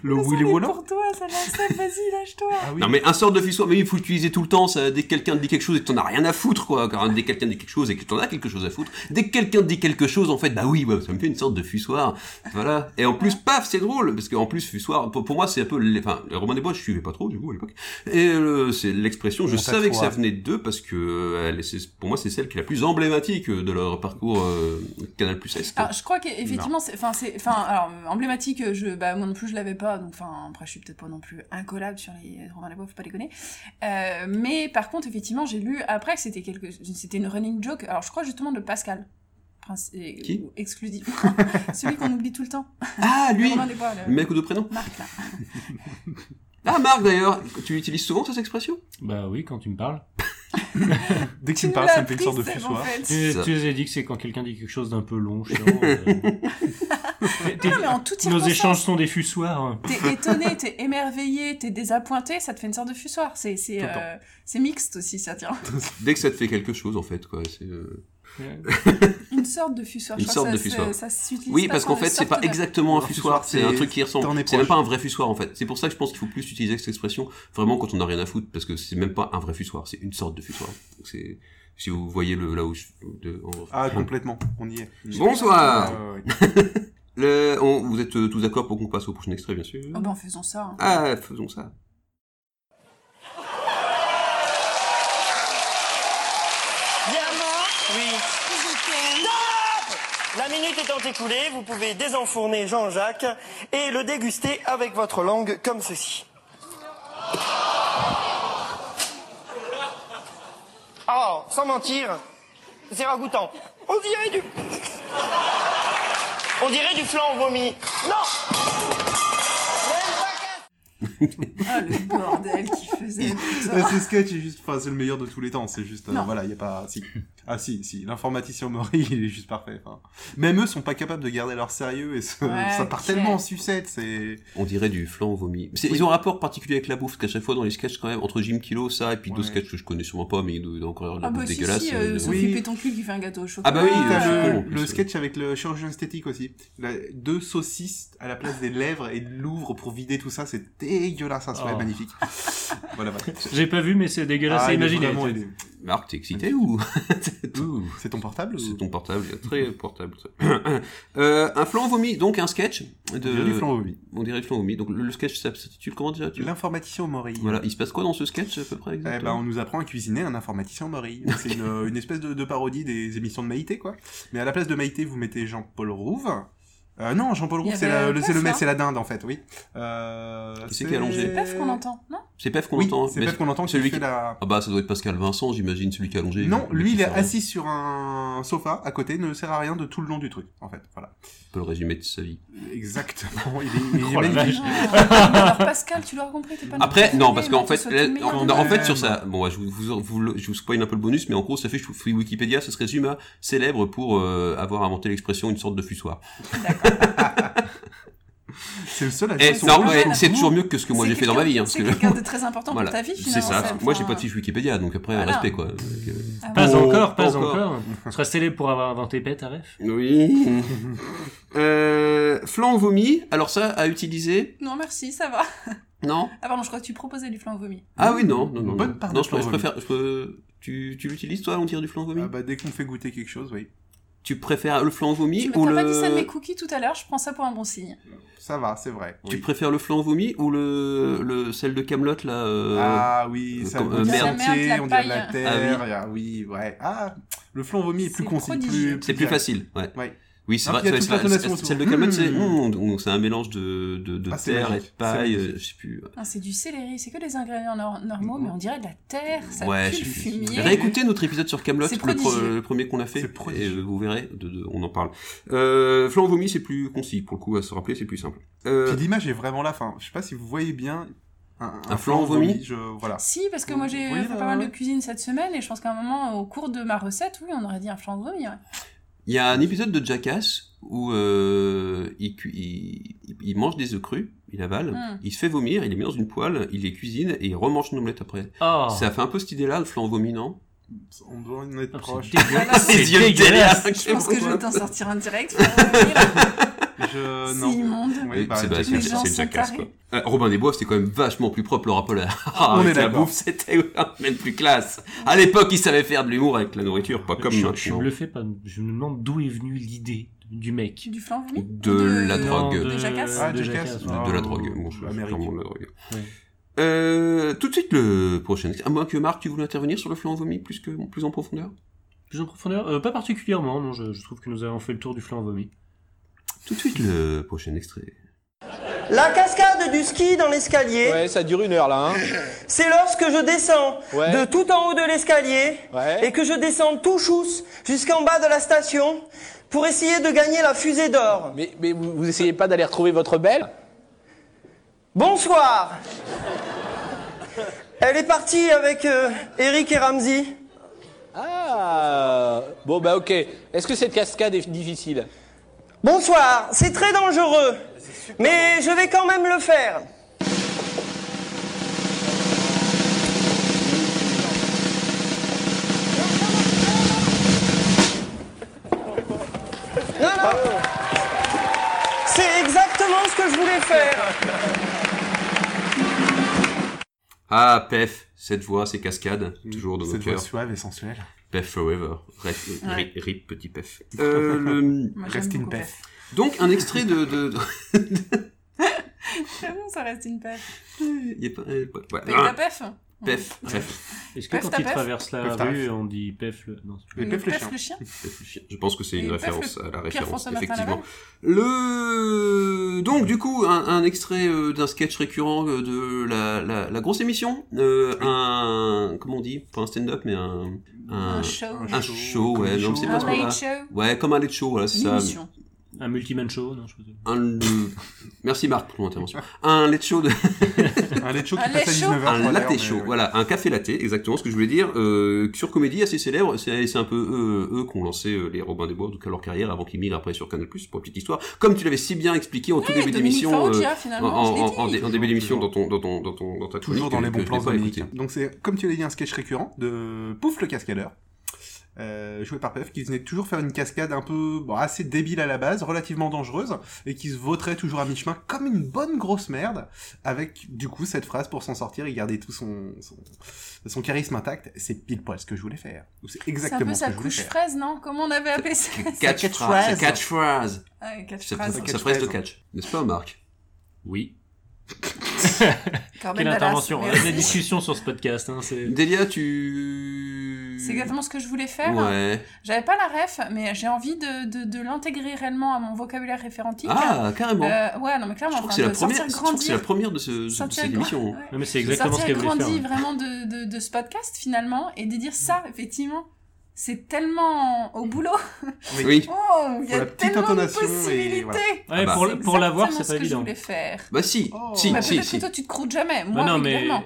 Speaker 10: Le
Speaker 9: Ça,
Speaker 10: Willy
Speaker 9: mais
Speaker 10: Wallah
Speaker 9: Pour toi, ça lance ça, vas-y, lâche-toi.
Speaker 10: Ah oui.
Speaker 8: Non mais un sort de fussoir, mais il faut l'utiliser tout le temps. Ça, dès que quelqu'un dit quelque chose et que t'en as rien à foutre quoi. Quand dès que quelqu'un dit quelque chose et que t'en as quelque chose à foutre, dès que quelqu'un dit quelque chose en fait, bah oui, ouais, ça me fait une sorte de fussoir. Voilà. Et en plus, paf, c'est drôle parce qu'en plus fussoir, pour, pour moi c'est un peu, les- enfin, le roman des bois, je suivais pas trop du coup à l'époque. Et euh, c'est l'expression, je
Speaker 10: On
Speaker 8: savais que ça
Speaker 10: s'accroît.
Speaker 8: venait d'eux parce que euh, elle- c'est- pour moi c'est celle qui est la plus emblématique euh, de leur parcours euh, Canal Plus Est.
Speaker 9: Alors, je crois qu'effectivement, c'est, enfin, c'est, enfin, alors, euh, emblématique, euh, je, bah, moi non plus, je l'avais pas, donc, enfin, après, je suis peut-être pas non plus incollable sur les Robin des Bois, faut pas déconner. Euh, mais par contre, effectivement, j'ai lu après que c'était quelque, c'était une running joke, alors, je crois justement de Pascal. Prince- et-
Speaker 8: Qui
Speaker 9: ou exclusif. Celui qu'on oublie tout le temps.
Speaker 8: Ah
Speaker 9: Le
Speaker 8: lui,
Speaker 9: Robin des Bois, le-
Speaker 8: mec de prénom.
Speaker 9: Marc, là.
Speaker 8: Ah Marc d'ailleurs, tu utilises souvent cette expression
Speaker 6: Bah oui, quand tu me parles.
Speaker 10: Dès que
Speaker 9: Tu
Speaker 10: tu me
Speaker 9: nous
Speaker 10: parles, ça
Speaker 9: l'as
Speaker 10: me fait une
Speaker 9: pris,
Speaker 10: sorte de
Speaker 9: c'est bon, en
Speaker 10: fussoir.
Speaker 9: fait.
Speaker 6: Tu,
Speaker 8: Ça.
Speaker 6: tu nous as dit que c'est quand quelqu'un dit quelque chose d'un peu long, chiant, euh. T'es- t'es-
Speaker 9: Non, mais en toute
Speaker 6: Nos
Speaker 9: circonstance.
Speaker 6: échanges sont des fussoirs.
Speaker 9: T'es étonné, t'es émerveillé, t'es désappointé, ça te fait une sorte de fussoir. C'est, c'est,
Speaker 10: Tout le temps.
Speaker 9: euh, c'est mixte aussi, ça, tiens.
Speaker 8: Dès que ça te fait quelque chose en fait quoi. c'est, euh,
Speaker 9: Une sorte de fussoir.
Speaker 8: Une
Speaker 9: je crois
Speaker 8: sorte
Speaker 9: que
Speaker 8: de
Speaker 9: ça
Speaker 8: fussoir.
Speaker 9: se- Ça, s'utilise
Speaker 8: Oui,
Speaker 9: pas
Speaker 8: parce
Speaker 9: sans
Speaker 8: qu'en fait,
Speaker 9: les
Speaker 8: c'est pas
Speaker 9: sortes de-
Speaker 8: exactement un
Speaker 10: Un
Speaker 8: fussoir,
Speaker 10: fussoir,
Speaker 8: c'est un
Speaker 10: c'est-
Speaker 8: truc qui
Speaker 10: t'en
Speaker 8: ressemble.
Speaker 10: es
Speaker 8: C'est même
Speaker 10: proche.
Speaker 8: pas un vrai fussoir en fait. C'est pour ça que je pense qu'il faut plus utiliser cette expression vraiment quand on n'a rien à foutre, parce que c'est même pas un vrai fussoir, c'est une sorte de fussoir. Donc, c'est- Si vous voyez le, là où je. de- en-
Speaker 10: Ah, complètement, on y est.
Speaker 8: Bonsoir
Speaker 10: Ouais, ouais, ouais.
Speaker 8: Le- on- Vous êtes euh, tous d'accord pour qu'on passe au prochain extrait, bien sûr
Speaker 9: Ah ben, faisons ça. hein.
Speaker 8: Ah, faisons ça.
Speaker 12: Diamant Oui. Stop La minute étant écoulée, vous pouvez désenfourner Jean-Jacques et le déguster avec votre langue comme ceci. Oh, sans mentir, c'est ragoûtant. On dirait du... On dirait du flan au vomi. Non
Speaker 9: Ah, le bordel qu'il faisait. putain.
Speaker 10: Ah, ce sketch est juste, enfin, c'est le meilleur de tous les temps. C'est juste, euh,
Speaker 9: Non.
Speaker 10: voilà, il y a pas, si. Ah si, si, l'informaticien Maury, il est juste parfait. enfin. Même eux sont pas capables de garder leur sérieux et ce-
Speaker 9: Ouais,
Speaker 10: ça part
Speaker 9: ok.
Speaker 10: tellement en sucette. C'est
Speaker 8: On dirait du flan au vomi. C'est- Ils ont un rapport particulier avec la bouffe, parce qu'à chaque fois dans les sketchs, quand même, entre Jim Kilo, ça, et puis
Speaker 10: Ouais.
Speaker 8: deux sketchs que je connais sûrement pas, mais de- encore de la
Speaker 9: Ah,
Speaker 8: bouffe
Speaker 9: bah, si,
Speaker 8: dégueulasse.
Speaker 9: si,
Speaker 8: euh,
Speaker 9: euh,
Speaker 8: de-
Speaker 9: Sophie
Speaker 10: Oui.
Speaker 9: Pétoncule qui fait un gâteau au chocolat.
Speaker 8: Ah, bah oui,
Speaker 10: T'as
Speaker 8: euh,
Speaker 10: le,
Speaker 8: en plus,
Speaker 10: le
Speaker 8: ouais.
Speaker 10: sketch avec le chirurgien esthétique aussi. La- deux saucisses à la place des lèvres et de l'ouvre pour vider tout ça, c'est dégueulasse, ça serait
Speaker 6: Oh.
Speaker 10: magnifique. Voilà,
Speaker 6: J'ai pas vu, mais c'est dégueulasse
Speaker 10: Ah,
Speaker 6: à
Speaker 10: il est
Speaker 6: imaginer.
Speaker 10: vraiment- il est-
Speaker 8: Marc, t'es excité ou
Speaker 10: C'est ton portable
Speaker 8: C'est ton portable, très portable. ça. Euh, un flanc vomi, donc un sketch. De...
Speaker 10: On dirait du flan au vomi.
Speaker 8: On dirait du flan au vomi. Donc le le sketch ça s'intitule comment déjà tu...
Speaker 10: L'informaticien au morille.
Speaker 8: Voilà, il se passe quoi dans ce sketch à peu près
Speaker 10: Eh ben, on nous apprend à cuisiner un informaticien au morille. C'est une, une espèce de, de parodie des émissions de Maïté, quoi. Mais à la place de Maïté, vous mettez Jean-Paul Rouve. Euh, non, Jean-Paul
Speaker 9: Il y
Speaker 10: Rouve, c'est
Speaker 9: avait
Speaker 10: la- le,
Speaker 9: Pef,
Speaker 10: c'est le mec,
Speaker 9: là.
Speaker 10: c'est la dinde, en fait, oui. Euh,
Speaker 8: c'est qui a allongé
Speaker 9: C'est Pef qu'on entend, non
Speaker 8: C'est Pef qu'on
Speaker 10: Oui,
Speaker 8: entend.
Speaker 10: c'est
Speaker 8: mais
Speaker 10: Pef qu'on entend qui
Speaker 8: celui
Speaker 10: fait la-
Speaker 8: Ah bah ça doit être Pascal Vincent, j'imagine, celui qui a allongé.
Speaker 10: Non,
Speaker 8: Le
Speaker 10: lui, il est
Speaker 8: différent.
Speaker 10: assis sur un sofa à côté, ne sert à rien de tout le long du truc, en fait. Voilà.
Speaker 8: On peut le résumer de sa vie.
Speaker 10: Exactement, il est, il est
Speaker 8: Oh la
Speaker 10: magnifique.
Speaker 9: Alors Pascal, tu l'auras compris, t'es pas
Speaker 8: Après,
Speaker 9: notre
Speaker 8: non,
Speaker 9: premier,
Speaker 8: parce qu'en
Speaker 9: mais
Speaker 8: fait,
Speaker 9: tu sois
Speaker 8: là-
Speaker 9: tout meilleur
Speaker 8: en,
Speaker 9: de
Speaker 8: en
Speaker 9: nous.
Speaker 8: fait, sur ça, bon, ouais, je vous, vous, vous le- je vous spoil un peu le bonus, mais en gros, ça fait, je trouve, Wikipédia, ça se résume à célèbre pour euh, avoir inventé l'expression une sorte de fussoir.
Speaker 10: Ah, C'est le seul à
Speaker 8: Et
Speaker 10: dire son
Speaker 8: non,
Speaker 10: nom.
Speaker 8: ouais, c'est toujours mieux que ce que moi
Speaker 9: C'est
Speaker 8: j'ai fait dans ma vie. hein,
Speaker 9: C'est
Speaker 8: parce que-
Speaker 9: quelqu'un de très important
Speaker 8: Voilà.
Speaker 9: pour ta vie,
Speaker 8: C'est
Speaker 9: finalement.
Speaker 8: ça.
Speaker 9: Sam.
Speaker 8: Moi, j'ai
Speaker 9: Enfin,
Speaker 8: pas de fiche Wikipédia, donc après,
Speaker 9: Voilà.
Speaker 8: respect, quoi. Donc, euh,
Speaker 9: Ah
Speaker 6: Pas
Speaker 8: bon.
Speaker 6: encore, pas
Speaker 8: Pas encore.
Speaker 6: encore. On serait célèbre pour avoir inventé PETAREF.
Speaker 8: Oui. euh, flan au vomi, alors ça, à utiliser
Speaker 9: Non, merci, ça va.
Speaker 8: Non
Speaker 9: Ah pardon, je crois que tu proposais du flan au vomi.
Speaker 8: Ah oui, non, non, non.
Speaker 10: Bonne
Speaker 8: non.
Speaker 10: part de
Speaker 8: non, je,
Speaker 10: flan au
Speaker 8: je
Speaker 10: vomi.
Speaker 8: préfère. je peux- tu tu l'utilises, toi, on tire du flan au vomi
Speaker 10: Ah bah, dès qu'on fait goûter quelque chose, oui.
Speaker 8: Tu préfères le flan au vomi
Speaker 9: Tu m'as
Speaker 8: ou
Speaker 9: t'as
Speaker 8: le.
Speaker 9: pas dit ça de mes cookies tout à l'heure, je prends ça pour un bon signe.
Speaker 10: Ça va, c'est vrai.
Speaker 8: Tu
Speaker 10: oui. Hmm.
Speaker 8: préfères le flan au vomi ou le, le celle de Camelot là euh,
Speaker 10: Ah oui, ça
Speaker 8: comme-
Speaker 10: goûte
Speaker 8: euh,
Speaker 10: du
Speaker 8: merde.
Speaker 9: Ça merde,
Speaker 10: sentier,
Speaker 9: la
Speaker 10: on dirait de la
Speaker 9: paille.
Speaker 10: terre,
Speaker 8: Ah
Speaker 10: il y a- oui, ouais. Ah, le flan vomi est plus
Speaker 9: C'est
Speaker 10: concis,
Speaker 9: prodigieux.
Speaker 10: plus-
Speaker 8: C'est plus
Speaker 10: direct.
Speaker 8: facile, ouais.
Speaker 10: Ouais.
Speaker 8: Oui, c'est
Speaker 10: Ah,
Speaker 8: vrai.
Speaker 10: puis il y a
Speaker 8: c'est-
Speaker 10: toute l'intonation
Speaker 8: c'est- Celle de
Speaker 10: autour.
Speaker 8: Camelot, c'est
Speaker 10: Mmh.
Speaker 8: mmh, donc c'est un mélange de de, de
Speaker 10: Ah, c'est
Speaker 8: terre et de
Speaker 10: magique,
Speaker 8: paille,
Speaker 10: c'est
Speaker 8: euh,
Speaker 10: magique.
Speaker 8: je sais plus.
Speaker 9: Ah, c'est du céleri, c'est que des ingrédients nor- normaux, mais on dirait de la terre, ça
Speaker 8: ouais,
Speaker 9: pue
Speaker 8: je
Speaker 9: le
Speaker 8: sais plus.
Speaker 9: fumier.
Speaker 8: Réécoutez notre épisode sur Camelot,
Speaker 9: C'est
Speaker 8: le, pro-
Speaker 9: prodigieux.
Speaker 8: le premier qu'on a fait,
Speaker 10: C'est
Speaker 8: et
Speaker 10: prodigieux.
Speaker 8: euh, vous verrez, de- de- on en parle. Euh, flan au vomi, c'est plus concis pour le coup à se rappeler, c'est plus simple. Euh,
Speaker 10: Puis l'image est vraiment là, enfin, je sais pas si vous voyez bien un,
Speaker 8: Un flan au vomi
Speaker 10: je- Voilà.
Speaker 9: Si, parce que moi j'ai
Speaker 10: Oui,
Speaker 9: fait
Speaker 10: là,
Speaker 9: pas mal
Speaker 10: ouais.
Speaker 9: de cuisine cette semaine et je pense qu'à un moment, au cours de ma recette, oui, on aurait dit un flan de vomi. hein. ouais.
Speaker 8: Il y a un épisode de Jackass où euh, il, cu- il- il- il mange des œufs crus, il avale,
Speaker 9: Mm.
Speaker 8: il se fait vomir, il les met dans une poêle, il les cuisine et il remange une omelette après.
Speaker 10: Ah.
Speaker 6: Oh,
Speaker 8: Ça fait un peu cette idée-là, le flan au vomi, non
Speaker 10: On doit en être
Speaker 6: Ah,
Speaker 10: proche.
Speaker 6: c'est dégueulasse.
Speaker 8: bah, C'est
Speaker 6: C'est dégueulasse.
Speaker 8: dégueulasse.
Speaker 9: Je pense que je vais t'en sortir un direct. pour revenir.
Speaker 10: Je...
Speaker 9: C'est
Speaker 10: Non.
Speaker 9: immonde.
Speaker 10: Oui, bah,
Speaker 8: c'est bah,
Speaker 9: Les
Speaker 8: c'est-
Speaker 9: gens
Speaker 8: c'est
Speaker 9: sont
Speaker 8: Jackass,
Speaker 9: tarés.
Speaker 8: quoi. Euh, Robin des Bois, c'était quand même vachement plus propre le rappel à
Speaker 10: on
Speaker 8: avec
Speaker 10: est
Speaker 8: la
Speaker 10: d'accord.
Speaker 8: bouffe, c'était même plus classe. À l'époque, ils savaient faire de l'humour avec la nourriture, pas comme
Speaker 6: je, je suis
Speaker 8: maintenant.
Speaker 6: bluffé, par- je me demande d'où est venue l'idée du mec.
Speaker 9: Du flan de vomi
Speaker 8: De la
Speaker 6: Non,
Speaker 8: drogue.
Speaker 9: De Jackass
Speaker 10: Ah,
Speaker 6: de
Speaker 10: Jackass.
Speaker 6: Jackass,
Speaker 8: De,
Speaker 6: ouais.
Speaker 8: de la
Speaker 10: Ah,
Speaker 8: drogue. Bon, je- je-
Speaker 10: américain.
Speaker 8: clairement de la drogue.
Speaker 6: Oui.
Speaker 8: Euh, tout de suite, le prochain. À moins que Marc, tu voulais intervenir sur le flanc vomi plus, que, plus en profondeur
Speaker 6: Plus en profondeur Euh, Pas particulièrement, non, je, je trouve que nous avons fait le tour du flan vomi.
Speaker 8: Tout de suite, le prochain extrait.
Speaker 12: La cascade du ski dans l'escalier,
Speaker 2: Ouais, ça dure une heure là, hein.
Speaker 12: c'est lorsque je descends
Speaker 2: Ouais.
Speaker 12: de tout en haut de l'escalier
Speaker 2: Ouais.
Speaker 12: et que je descends tout chousse jusqu'en bas de la station pour essayer de gagner la fusée d'or.
Speaker 2: Mais, mais vous, vous essayez pas d'aller retrouver votre belle
Speaker 12: Bonsoir Elle est partie avec euh, Eric et Ramsey.
Speaker 2: Ah Bon bah ok. Est-ce que cette cascade est difficile
Speaker 12: Bonsoir, c'est très dangereux, mais je vais quand même le faire. Non, non, c'est exactement ce que je voulais faire.
Speaker 8: Ah, Pef, cette voix, ces cascades, toujours dans nos
Speaker 10: Cette voix
Speaker 8: cœurs.
Speaker 10: suave et sensuelle.
Speaker 8: Pef forever. Rest-
Speaker 9: Ouais.
Speaker 8: ri- Rip, petit Pef. Euh, le-
Speaker 9: Moi, j'aime
Speaker 10: Reste in
Speaker 9: beaucoup
Speaker 10: paix.
Speaker 9: Pef.
Speaker 8: Donc, un extrait de. de- de-
Speaker 9: Vraiment, ça reste une
Speaker 8: Ah.
Speaker 9: pef.
Speaker 8: Il y a pas- euh, ouais, ouais.
Speaker 9: Avec ta pef
Speaker 8: Pef, Pef,
Speaker 6: Est-ce que
Speaker 9: Pef,
Speaker 6: quand
Speaker 9: t'as
Speaker 6: il
Speaker 9: Pef
Speaker 6: traverse la
Speaker 10: Pef, t'as
Speaker 6: rue,
Speaker 10: Pef.
Speaker 6: on dit pef le... Non, c'est pas-
Speaker 10: Et
Speaker 9: Le
Speaker 10: Pef le
Speaker 9: pef
Speaker 10: chien.
Speaker 9: le chien.
Speaker 8: Pef le chien. Je pense que c'est
Speaker 9: Et
Speaker 8: une
Speaker 9: Pef,
Speaker 8: référence
Speaker 9: le-
Speaker 8: à la
Speaker 9: Pierre
Speaker 8: référence,
Speaker 9: François Martin
Speaker 8: effectivement.
Speaker 9: Laval.
Speaker 8: Le... Donc, du coup, un, un extrait euh, d'un sketch récurrent euh, de la, la, la grosse émission. Euh, Un. Comment on dit Pas un stand-up, mais un.
Speaker 9: Un show.
Speaker 8: un show, ouais,
Speaker 10: comedy
Speaker 8: non, mais c'est
Speaker 9: Un
Speaker 8: pas ce qu'on
Speaker 9: late
Speaker 8: a.
Speaker 9: show.
Speaker 8: Ouais, comme un late show, voilà, c'est Ah. ça.
Speaker 9: L'émission.
Speaker 6: Un multiman show, non, je sais
Speaker 9: Oh,
Speaker 6: pas.
Speaker 8: Un, euh, Merci Marc pour ton intervention. Un late show de...
Speaker 10: Un lait chaud
Speaker 9: Un
Speaker 10: qui
Speaker 9: lait
Speaker 10: passe à
Speaker 9: chaud.
Speaker 10: 19h.
Speaker 8: un latte show, voilà, un café latte, exactement ce que je voulais dire. Euh, sur Comédie, assez célèbre, c'est c'est un peu eux, eux qui ont lancé euh, les Robins des Bois, en tout cas leur carrière, avant qu'ils migrent après sur Canal+, pour la petite histoire. Comme tu l'avais si bien expliqué en tout début
Speaker 9: Dominique
Speaker 8: d'émission,
Speaker 9: Farrugia,
Speaker 8: euh, en,
Speaker 9: finalement, Ah je l'ai
Speaker 8: en-
Speaker 9: dit.
Speaker 8: en dé- en début d'émission dans
Speaker 10: Toujours.
Speaker 8: ton, dans ton, dans ton, dans ta
Speaker 10: Toujours
Speaker 8: chronique,
Speaker 10: dans les
Speaker 8: que
Speaker 10: bons
Speaker 8: je
Speaker 10: plans
Speaker 8: n'ai pas écouté.
Speaker 10: américains. Donc c'est, comme tu l'as dit, un sketch récurrent de Pouf le cascadeur. euh, joué par Pef, qui venait toujours faire une cascade un peu bon, assez débile à la base, relativement dangereuse, et qui se vautrait toujours à mi-chemin comme une bonne grosse merde, avec du coup cette phrase pour s'en sortir et garder tout son, son, son charisme intact. C'est pile poil ce que je voulais faire. Ou C'est
Speaker 9: C'est un
Speaker 10: exactement
Speaker 9: peu
Speaker 10: ce que
Speaker 9: sa
Speaker 10: je voulais
Speaker 9: couche
Speaker 10: faire.
Speaker 9: fraise, non Comment on avait appelé ça
Speaker 8: Catchphrase. C'est catchphrase.
Speaker 9: Ouais, catchphrase.
Speaker 8: C'est
Speaker 9: C'est
Speaker 8: sa
Speaker 9: catchphrase.
Speaker 8: phrase de catch. N'est-ce pas, Marc
Speaker 6: Oui.
Speaker 9: Quand même
Speaker 6: Quelle
Speaker 9: badass,
Speaker 6: intervention.
Speaker 9: mais-
Speaker 6: hein, La discussion sur ce podcast. Hein, c'est...
Speaker 8: Delia, tu.
Speaker 9: C'est exactement ce que je voulais faire.
Speaker 8: Ouais.
Speaker 9: J'avais pas la ref, mais j'ai envie de, de, de l'intégrer réellement à mon vocabulaire référentique.
Speaker 8: Ah, carrément.
Speaker 9: Euh, ouais, non, mais clairement,
Speaker 8: Je trouve que c'est
Speaker 9: enfin,
Speaker 8: la
Speaker 9: de sortir
Speaker 8: première. je trouve que
Speaker 9: grandir.
Speaker 8: c'est la première de, ce, de
Speaker 9: Sortir
Speaker 8: cette
Speaker 9: grand- Ah
Speaker 8: émission.
Speaker 9: Ouais.
Speaker 6: mais c'est exactement ce
Speaker 9: sortir
Speaker 6: qu'elle voulait faire.
Speaker 9: grandi
Speaker 6: hein.
Speaker 9: vraiment de, de, de ce podcast finalement et de dire ça effectivement c'est tellement au boulot
Speaker 10: Oui.
Speaker 8: Oui.
Speaker 9: oh il y
Speaker 10: Pour
Speaker 9: a
Speaker 10: la petite
Speaker 9: tellement de
Speaker 10: intonation et
Speaker 9: possibilités
Speaker 10: voilà.
Speaker 6: Ouais,
Speaker 8: bah.
Speaker 6: pour, pour l'avoir,
Speaker 9: Exactement
Speaker 6: c'est pas
Speaker 9: ce que je
Speaker 6: évident.
Speaker 9: voulais faire
Speaker 8: Bah si, si,
Speaker 9: bah,
Speaker 8: si,
Speaker 9: peut-être
Speaker 8: si.
Speaker 9: que toi tu te croûtes jamais
Speaker 6: Bah
Speaker 9: moi
Speaker 6: non, mais.
Speaker 9: régulièrement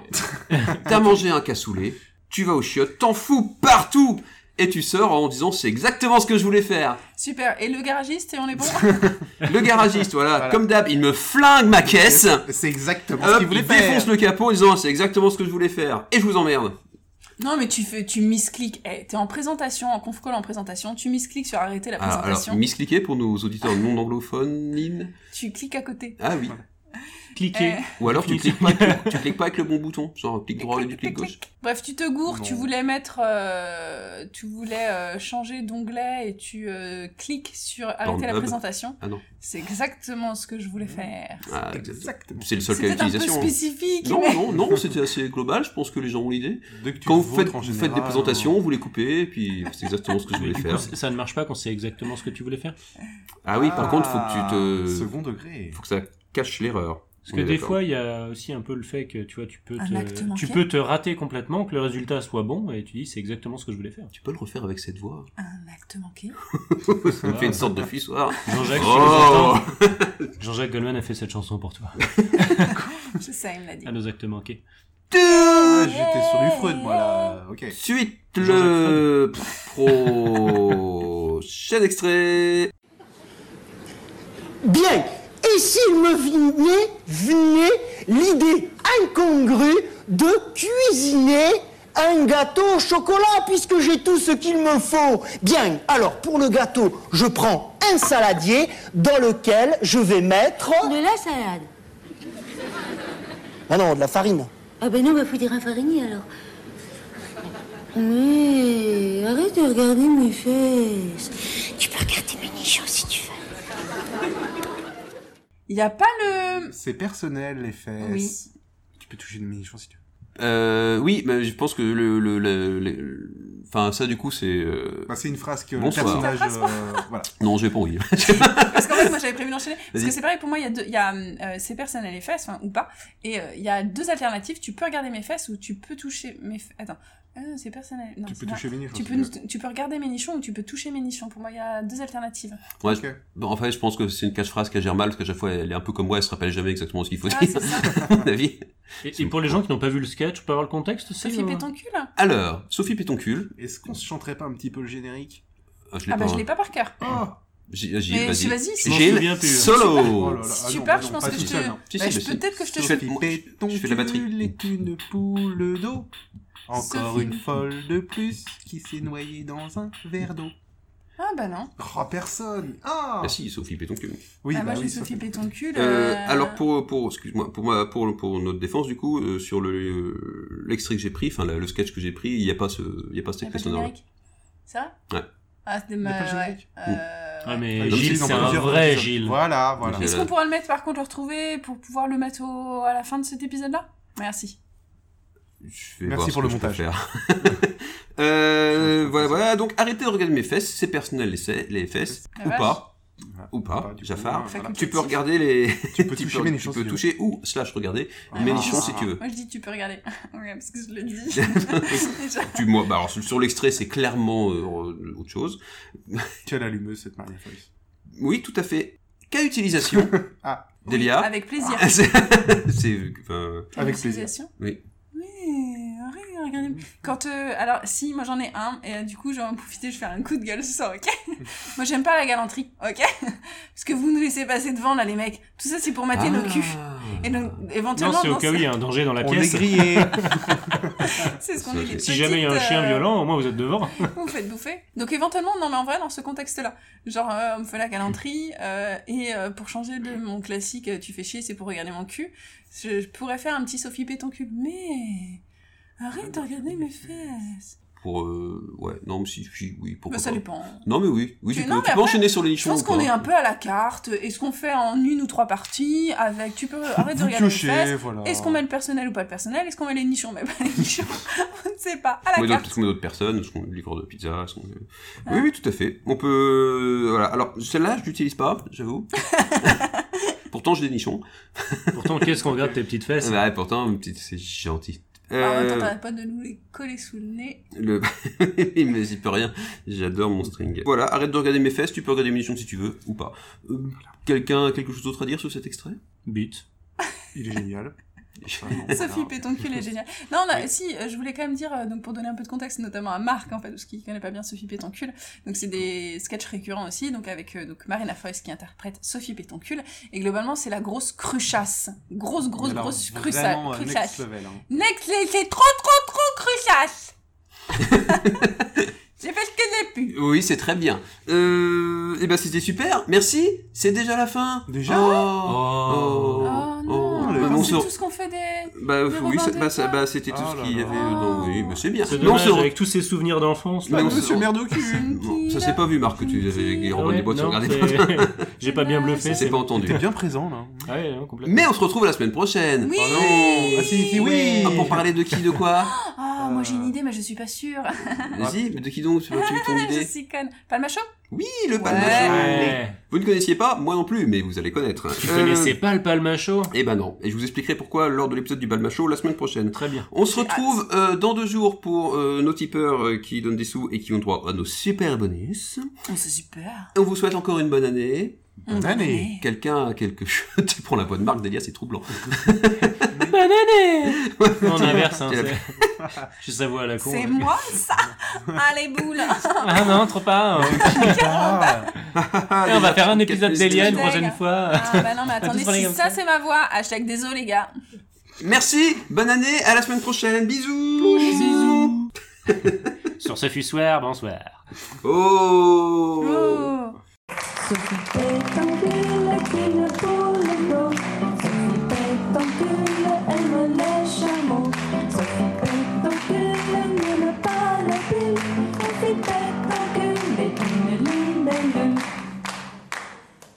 Speaker 8: T'as mangé un cassoulet, tu vas au chiottes, t'en fous partout et tu sors en disant c'est exactement ce que je voulais faire.
Speaker 9: super et le garagiste et on est bon
Speaker 8: Le garagiste, voilà,
Speaker 10: Voilà.
Speaker 8: comme d'hab, il me flingue ma caisse.
Speaker 10: C'est exactement ce
Speaker 8: Hop,
Speaker 10: qu'il voulait
Speaker 8: il défonce
Speaker 10: faire.
Speaker 8: le capot en disant c'est exactement ce que je voulais faire et je vous emmerde.
Speaker 9: non mais tu fais tu miscliques Eh, t'es en présentation en conf call en présentation tu miscliques sur arrêter la
Speaker 8: Ah, alors,
Speaker 9: présentation
Speaker 8: miscliquer pour nos auditeurs non anglophones.
Speaker 9: tu cliques à côté
Speaker 8: Ah oui.
Speaker 6: Cliquez.
Speaker 9: Eh.
Speaker 8: Ou alors tu cliques, pas avec le, tu cliques pas avec le bon bouton, genre clic droit et du clic gauche.
Speaker 9: Bref, tu te gourres, tu
Speaker 10: Non.
Speaker 9: voulais mettre, euh, tu voulais euh, changer d'onglet et tu euh, cliques sur arrêter la
Speaker 8: Pornhub.
Speaker 9: présentation.
Speaker 8: Ah non.
Speaker 9: C'est exactement ce que je voulais faire.
Speaker 8: Ah,
Speaker 10: Exactement.
Speaker 8: C'est le seul cas
Speaker 9: C'était un peu
Speaker 8: d'utilisation. hein.
Speaker 9: spécifique. mais-
Speaker 8: Non, non, non, c'était assez global, je pense que les gens ont l'idée.
Speaker 10: Dès que tu
Speaker 8: Quand vous
Speaker 10: vautres,
Speaker 8: faites,
Speaker 10: en
Speaker 8: vous
Speaker 10: général, euh,
Speaker 8: faites des présentations, vous les coupez, et puis c'est exactement ce que je
Speaker 6: Mais
Speaker 8: voulais
Speaker 6: du
Speaker 8: faire.
Speaker 6: coup, c- ça ne marche pas quand c'est exactement ce que tu voulais faire.
Speaker 8: Ah oui, par contre, faut
Speaker 10: Ah,
Speaker 8: que tu te.
Speaker 10: Second degré.
Speaker 8: Faut que ça cache l'erreur.
Speaker 6: Parce
Speaker 8: On
Speaker 6: que
Speaker 8: est
Speaker 6: des
Speaker 8: d'accord.
Speaker 6: fois, il y a aussi un peu le fait que tu vois, tu peux
Speaker 9: Un acte
Speaker 6: te,
Speaker 9: manqué.
Speaker 6: tu peux te rater complètement, que le résultat soit bon, et tu dis c'est exactement ce que je voulais faire.
Speaker 8: Tu peux le refaire avec cette voix.
Speaker 9: Un acte manqué.
Speaker 8: Ça me fait une sorte de fussoir.
Speaker 6: Jean-Jacques, si
Speaker 8: Oh
Speaker 6: tu nous entends, Jean-Jacques Goldman a fait cette chanson pour toi,
Speaker 9: C'est ça, il me l'a dit.
Speaker 6: à nos actes manqués.
Speaker 10: Ah, j'étais sur du Freud, moi là. Ok.
Speaker 8: Suite
Speaker 6: Jean-Jacques
Speaker 8: le prochain extrait.
Speaker 12: Bien, et s'il me venait, venait l'idée incongrue de cuisiner un gâteau au chocolat, puisque j'ai tout ce qu'il me faut. Bien, alors pour le gâteau, je prends un saladier dans lequel je vais mettre...
Speaker 11: De la salade.
Speaker 12: Ah non, de la farine.
Speaker 11: Ah ben non, bah faut dire un farinier alors. Mais arrête de regarder mes fesses. Tu peux regarder mes nichons si tu veux.
Speaker 9: Il n'y a pas le.
Speaker 10: C'est personnel, les fesses. Tu peux toucher une mini-chance si tu veux.
Speaker 8: Euh, oui, mais je pense que le, le, le- le- Enfin, ça du coup, c'est. euh,
Speaker 10: Bah, c'est une phrase que
Speaker 8: Bonsoir.
Speaker 10: le personnage.
Speaker 9: Ta phrase,
Speaker 10: euh, voilà.
Speaker 8: Non, j'ai pas envie.
Speaker 9: Parce qu'en fait, moi, j'avais prévu d'enchaîner. Parce
Speaker 8: Vas-y.
Speaker 9: que c'est pareil pour moi. Il y a deux, il y a euh, ces personnes à les fesses, enfin, ou pas. Et euh, il y a deux alternatives. Tu peux regarder mes fesses ou tu peux toucher mes. fe- Attends. Euh, c'est personne à- non,
Speaker 10: Tu
Speaker 9: c'est
Speaker 10: peux
Speaker 9: pas-
Speaker 10: toucher une mini-chance
Speaker 9: Tu
Speaker 10: si
Speaker 9: peux,
Speaker 10: tu veux.
Speaker 9: tu peux regarder mes nichons ou tu peux toucher mes nichons. Pour moi, il y a deux alternatives.
Speaker 8: Ouais,
Speaker 10: Ok.
Speaker 8: Bon, en fait, je pense que c'est une catchphrase qu'elle gère mal, parce qu'à chaque fois, elle est un peu comme moi, elle se rappelle jamais exactement ce qu'il faut
Speaker 9: Ah,
Speaker 8: dire,
Speaker 9: c'est ça.
Speaker 8: à mon avis.
Speaker 6: Et, et pour les gens qui n'ont pas vu le sketch, on peut avoir le contexte aussi
Speaker 9: Sophie
Speaker 6: ou-
Speaker 9: Pétoncule
Speaker 8: Alors, Sophie Pétoncule.
Speaker 10: Est-ce qu'on se chanterait pas un petit peu le générique
Speaker 8: Ah, je l'ai
Speaker 9: Ah bah
Speaker 8: pas.
Speaker 9: je l'ai pas par cœur.
Speaker 10: Ah
Speaker 8: Gilles,
Speaker 9: Mais
Speaker 8: vas-y.
Speaker 9: je- vas-y, si-
Speaker 6: m'en
Speaker 8: Gilles,
Speaker 6: souviens plus.
Speaker 8: solo
Speaker 10: là là,
Speaker 9: Si
Speaker 10: ah
Speaker 9: tu
Speaker 10: non,
Speaker 9: pars,
Speaker 10: bah
Speaker 9: je
Speaker 10: non,
Speaker 9: pense
Speaker 10: pas
Speaker 9: que
Speaker 10: tout
Speaker 9: je
Speaker 10: seul,
Speaker 9: te-
Speaker 10: non.
Speaker 8: Si, si,
Speaker 9: Bah,
Speaker 8: mais
Speaker 9: je-
Speaker 8: c'est-
Speaker 9: Peut-être que je te
Speaker 8: je fais-
Speaker 10: Sophie
Speaker 8: moi,
Speaker 10: Péton,
Speaker 8: je fais de la batterie.
Speaker 10: tu l'es une poule d'eau. Encore
Speaker 9: Sophie.
Speaker 10: une folle de plus qui s'est noyée dans un verre d'eau.
Speaker 9: Ah bah non.
Speaker 10: Oh, personne Ah
Speaker 6: Bah,
Speaker 8: Ah si, Sophie Pétoncule.
Speaker 10: Oui,
Speaker 9: ah, moi
Speaker 10: bah
Speaker 9: j'ai
Speaker 10: oui,
Speaker 9: Sophie Pétoncule.
Speaker 8: Euh,
Speaker 9: euh,
Speaker 8: alors pour pour excuse-moi pour ma pour pour notre défense du coup euh, sur le euh, l'extrait que j'ai pris enfin le, le sketch que j'ai pris il y a pas ce il y a pas
Speaker 9: y a
Speaker 8: cette
Speaker 9: pas de
Speaker 8: question là.
Speaker 9: générique. C'est vrai
Speaker 8: Ouais.
Speaker 9: Ah c'était
Speaker 10: Y a pas de
Speaker 9: ma... ouais.
Speaker 10: générique
Speaker 9: Euh,
Speaker 6: Ah,
Speaker 9: ouais.
Speaker 6: mais
Speaker 10: Ah, ils ont-
Speaker 6: Gilles,
Speaker 10: ils ont
Speaker 6: c'est un
Speaker 10: plusieurs
Speaker 6: vrai
Speaker 10: versions.
Speaker 6: Gilles.
Speaker 10: Voilà, voilà.
Speaker 8: Mais
Speaker 9: Est-ce qu'on pourra le mettre par contre, le retrouver pour pouvoir le mettre au- à la fin de cet épisode là Merci.
Speaker 8: Je vais
Speaker 10: Merci
Speaker 8: voir
Speaker 10: pour
Speaker 8: ce
Speaker 10: le
Speaker 8: que je peux
Speaker 10: montage.
Speaker 8: faire. euh, voilà voilà donc arrêtez de regarder mes fesses c'est personnel les, se- les fesses
Speaker 9: La
Speaker 8: ou
Speaker 9: vache.
Speaker 8: pas ou
Speaker 10: Bah,
Speaker 8: pas
Speaker 10: du coup,
Speaker 8: Jafar.
Speaker 10: voilà.
Speaker 9: Facultatif.
Speaker 8: Tu peux regarder les
Speaker 10: Tu peux
Speaker 8: tu
Speaker 10: toucher
Speaker 8: peux,
Speaker 10: mes
Speaker 8: tu
Speaker 10: nichons
Speaker 8: peux
Speaker 10: si tu veux.
Speaker 8: toucher ou slash regarder
Speaker 10: Ah.
Speaker 8: mes nichons si tu veux.
Speaker 9: Moi je dis tu peux regarder. ouais, parce que je le dis. Déjà.
Speaker 8: Tu moi bah alors sur sur l'extrait c'est clairement euh, autre chose.
Speaker 10: Quelle allumeuse cette Maria Foy.
Speaker 8: Oui, tout à fait. Cas utilisation.
Speaker 10: Ah.
Speaker 8: Delia.
Speaker 9: Avec plaisir.
Speaker 8: c'est. c'est- enfin,
Speaker 10: Avec plaisir.
Speaker 9: Utilisation.
Speaker 8: Oui.
Speaker 9: Oui, arrête, regardez. Quand euh, alors si moi j'en ai un et euh, du coup j'en vais en profiter je vais faire un coup de gueule sur ça, OK Moi j'aime
Speaker 8: Ah,
Speaker 9: pas la galanterie, OK Parce que vous nous laissez passer devant là les mecs. Tout ça c'est pour mater nos culs. Et donc,
Speaker 6: Ah. Non,
Speaker 9: éventuellement.
Speaker 6: c'est au
Speaker 9: dans
Speaker 6: cas où
Speaker 9: ce-
Speaker 6: il y a un danger dans la
Speaker 9: On
Speaker 6: pièce.
Speaker 9: est grillé. C'est ce qu'on est, les
Speaker 6: Si jamais il y a un
Speaker 9: petites,
Speaker 6: chien
Speaker 9: euh,
Speaker 6: violent, au moins vous êtes devant.
Speaker 9: Vous vous faites bouffer. Donc éventuellement, non mais en vrai, dans ce contexte-là, genre euh, on me fait la galanterie euh, et euh, pour changer de mon classique, euh, tu fais chier, c'est pour regarder mon cul. Je, je pourrais faire un petit Sophie Pétoncule, mais arrête de regarder mes fesses.
Speaker 8: Pour euh, ouais, non mais si, si, oui, pourquoi
Speaker 9: Mais ça
Speaker 8: pas.
Speaker 9: dépend.
Speaker 8: Non mais oui, oui, tu
Speaker 9: Mais
Speaker 8: peux,
Speaker 9: non,
Speaker 8: tu
Speaker 9: mais
Speaker 8: peux
Speaker 9: après,
Speaker 8: enchaîner sur les
Speaker 9: Je
Speaker 8: nichons.
Speaker 9: pense qu'on
Speaker 8: quoi.
Speaker 9: est un peu à la carte. Est-ce qu'on fait en une ou trois parties avec Tu peux arrêter de
Speaker 8: Vous
Speaker 9: regarder
Speaker 8: piochez,
Speaker 9: mes fesses.
Speaker 8: voilà.
Speaker 9: Est-ce qu'on met le personnel ou pas le personnel Est-ce qu'on met les nichons mais pas les nichons On ne sait pas. À
Speaker 8: Oui, donc,
Speaker 9: la carte. Hein.
Speaker 8: Est-ce qu'on met d'autres personnes Est-ce qu'on met des livreurs de pizza Est-ce qu'on met- Oui, oui, tout à fait. On peut. euh, Voilà. Alors, celle-là, je l'utilise pas, j'avoue. pourtant, j'ai des nichons.
Speaker 9: Ah,
Speaker 6: pourtant, qu'est-ce qu'on regarde tes petites fesses
Speaker 8: Ouais, pourtant, mes petites- c'est gentil.
Speaker 9: Alors,
Speaker 8: Euh,
Speaker 9: attends, t'arrêtes pas de nous les coller sous le nez.
Speaker 8: le... Mais j'y peux rien. J'adore mon string. Voilà, arrête de regarder mes fesses. Tu peux regarder mes nichons si tu veux, ou pas. Euh, Quelqu'un a quelque chose d'autre à dire sur cet extrait But.
Speaker 10: Il est génial.
Speaker 9: Sophie Pétoncule est géniale. Non, on a- si, euh, je voulais quand même dire, euh, donc pour donner un peu de contexte, notamment à Marc, en fait, parce qu'il connaît pas bien Sophie Pétoncule. Donc, c'est des sketchs récurrents aussi, donc avec euh, donc Marina Foïs qui interprète Sophie Pétoncule. Et globalement, c'est la grosse cruchasse. Grosse, grosse,
Speaker 10: Alors,
Speaker 9: grosse crucha-
Speaker 10: vraiment, euh, next
Speaker 9: cruchasse.
Speaker 10: level, hein.
Speaker 9: Next, c'est- c'est trop, trop, trop cruchasse. J'ai fait ce que j'ai pu.
Speaker 8: Oui, c'est très bien. Euh, eh ben, c'était super. Merci. C'est déjà la fin. Déjà
Speaker 10: Oh.
Speaker 8: Oh,
Speaker 9: Oh,
Speaker 8: Oh,
Speaker 9: non,
Speaker 8: le-
Speaker 9: enfin,
Speaker 8: on
Speaker 9: c'est
Speaker 8: se-
Speaker 9: tout ce qu'on fait des.
Speaker 8: Bah
Speaker 9: des
Speaker 8: oui,
Speaker 9: Robins
Speaker 8: c'est-
Speaker 9: des
Speaker 8: bah, ça-
Speaker 9: Bois.
Speaker 8: bah, c'était tout ce qu'il y avait dans. Oui, mais c'est bien.
Speaker 6: C'est
Speaker 8: Mais on
Speaker 6: dommage,
Speaker 8: se re-
Speaker 6: avec tous ces souvenirs d'enfance.
Speaker 8: Mais on se- on-
Speaker 6: merde
Speaker 8: Bon, ça s'est pas vu, Marc, que tu avais les Robins des Bois, tu
Speaker 6: Ah non,
Speaker 8: regardais
Speaker 6: c'est-
Speaker 8: pas.
Speaker 6: J'ai pas bien bluffé.
Speaker 8: C'est pas entendu.
Speaker 10: T'es bien présent là.
Speaker 6: Ouais, hein, complètement.
Speaker 8: Mais on se retrouve la semaine prochaine.
Speaker 9: Oui.
Speaker 8: Oh non.
Speaker 10: Ah, si, si, oui.
Speaker 8: Ah, pour parler de qui, de quoi
Speaker 9: Ah, moi
Speaker 8: Euh.
Speaker 9: j'ai une idée, mais je suis pas sûre.
Speaker 8: Vas-y, mais de qui donc Tu veux tu veux ton
Speaker 9: je
Speaker 8: idée
Speaker 9: suis conne. Palmachot
Speaker 8: Oui, le
Speaker 9: Ouais.
Speaker 8: palmachot.
Speaker 6: Ouais.
Speaker 8: Vous ne connaissiez pas, moi non plus, mais vous allez connaître.
Speaker 6: Tu connaissais pas le palmachot
Speaker 8: Eh ben non. Et je vous expliquerai pourquoi lors de l'épisode du palmachot la semaine prochaine.
Speaker 6: Très bien.
Speaker 8: On se retrouve euh, dans deux jours pour euh, nos tipeurs euh, qui donnent des sous et qui ont droit à nos super bonus.
Speaker 9: Oh, c'est super.
Speaker 8: On vous souhaite encore une bonne année.
Speaker 9: Bonne année.
Speaker 8: Quelqu'un a quelque chose. tu prends la bonne marque, Delia, c'est troublant.
Speaker 9: Bonne année
Speaker 6: Non, on inverse. Hein,
Speaker 8: Tu l'as
Speaker 6: c'est- Je sais voix à la con.
Speaker 9: C'est
Speaker 6: hein.
Speaker 9: moi ça Allez, boule
Speaker 6: Ah non, trop pas. hein. Et on va faire un épisode d'Elia une prochaine fois.
Speaker 9: Ah bah non, mais attendez,
Speaker 6: Tous parler
Speaker 9: si
Speaker 6: comme
Speaker 9: ça c'est ma voix, hashtag désolé les gars.
Speaker 8: Merci, bonne année, à la semaine prochaine, bisous Bisous
Speaker 6: Sur ce fussoir, bonsoir.
Speaker 8: Oh
Speaker 3: elle me lèche un mot. Sophie Pétoncule n'aime pas la pile.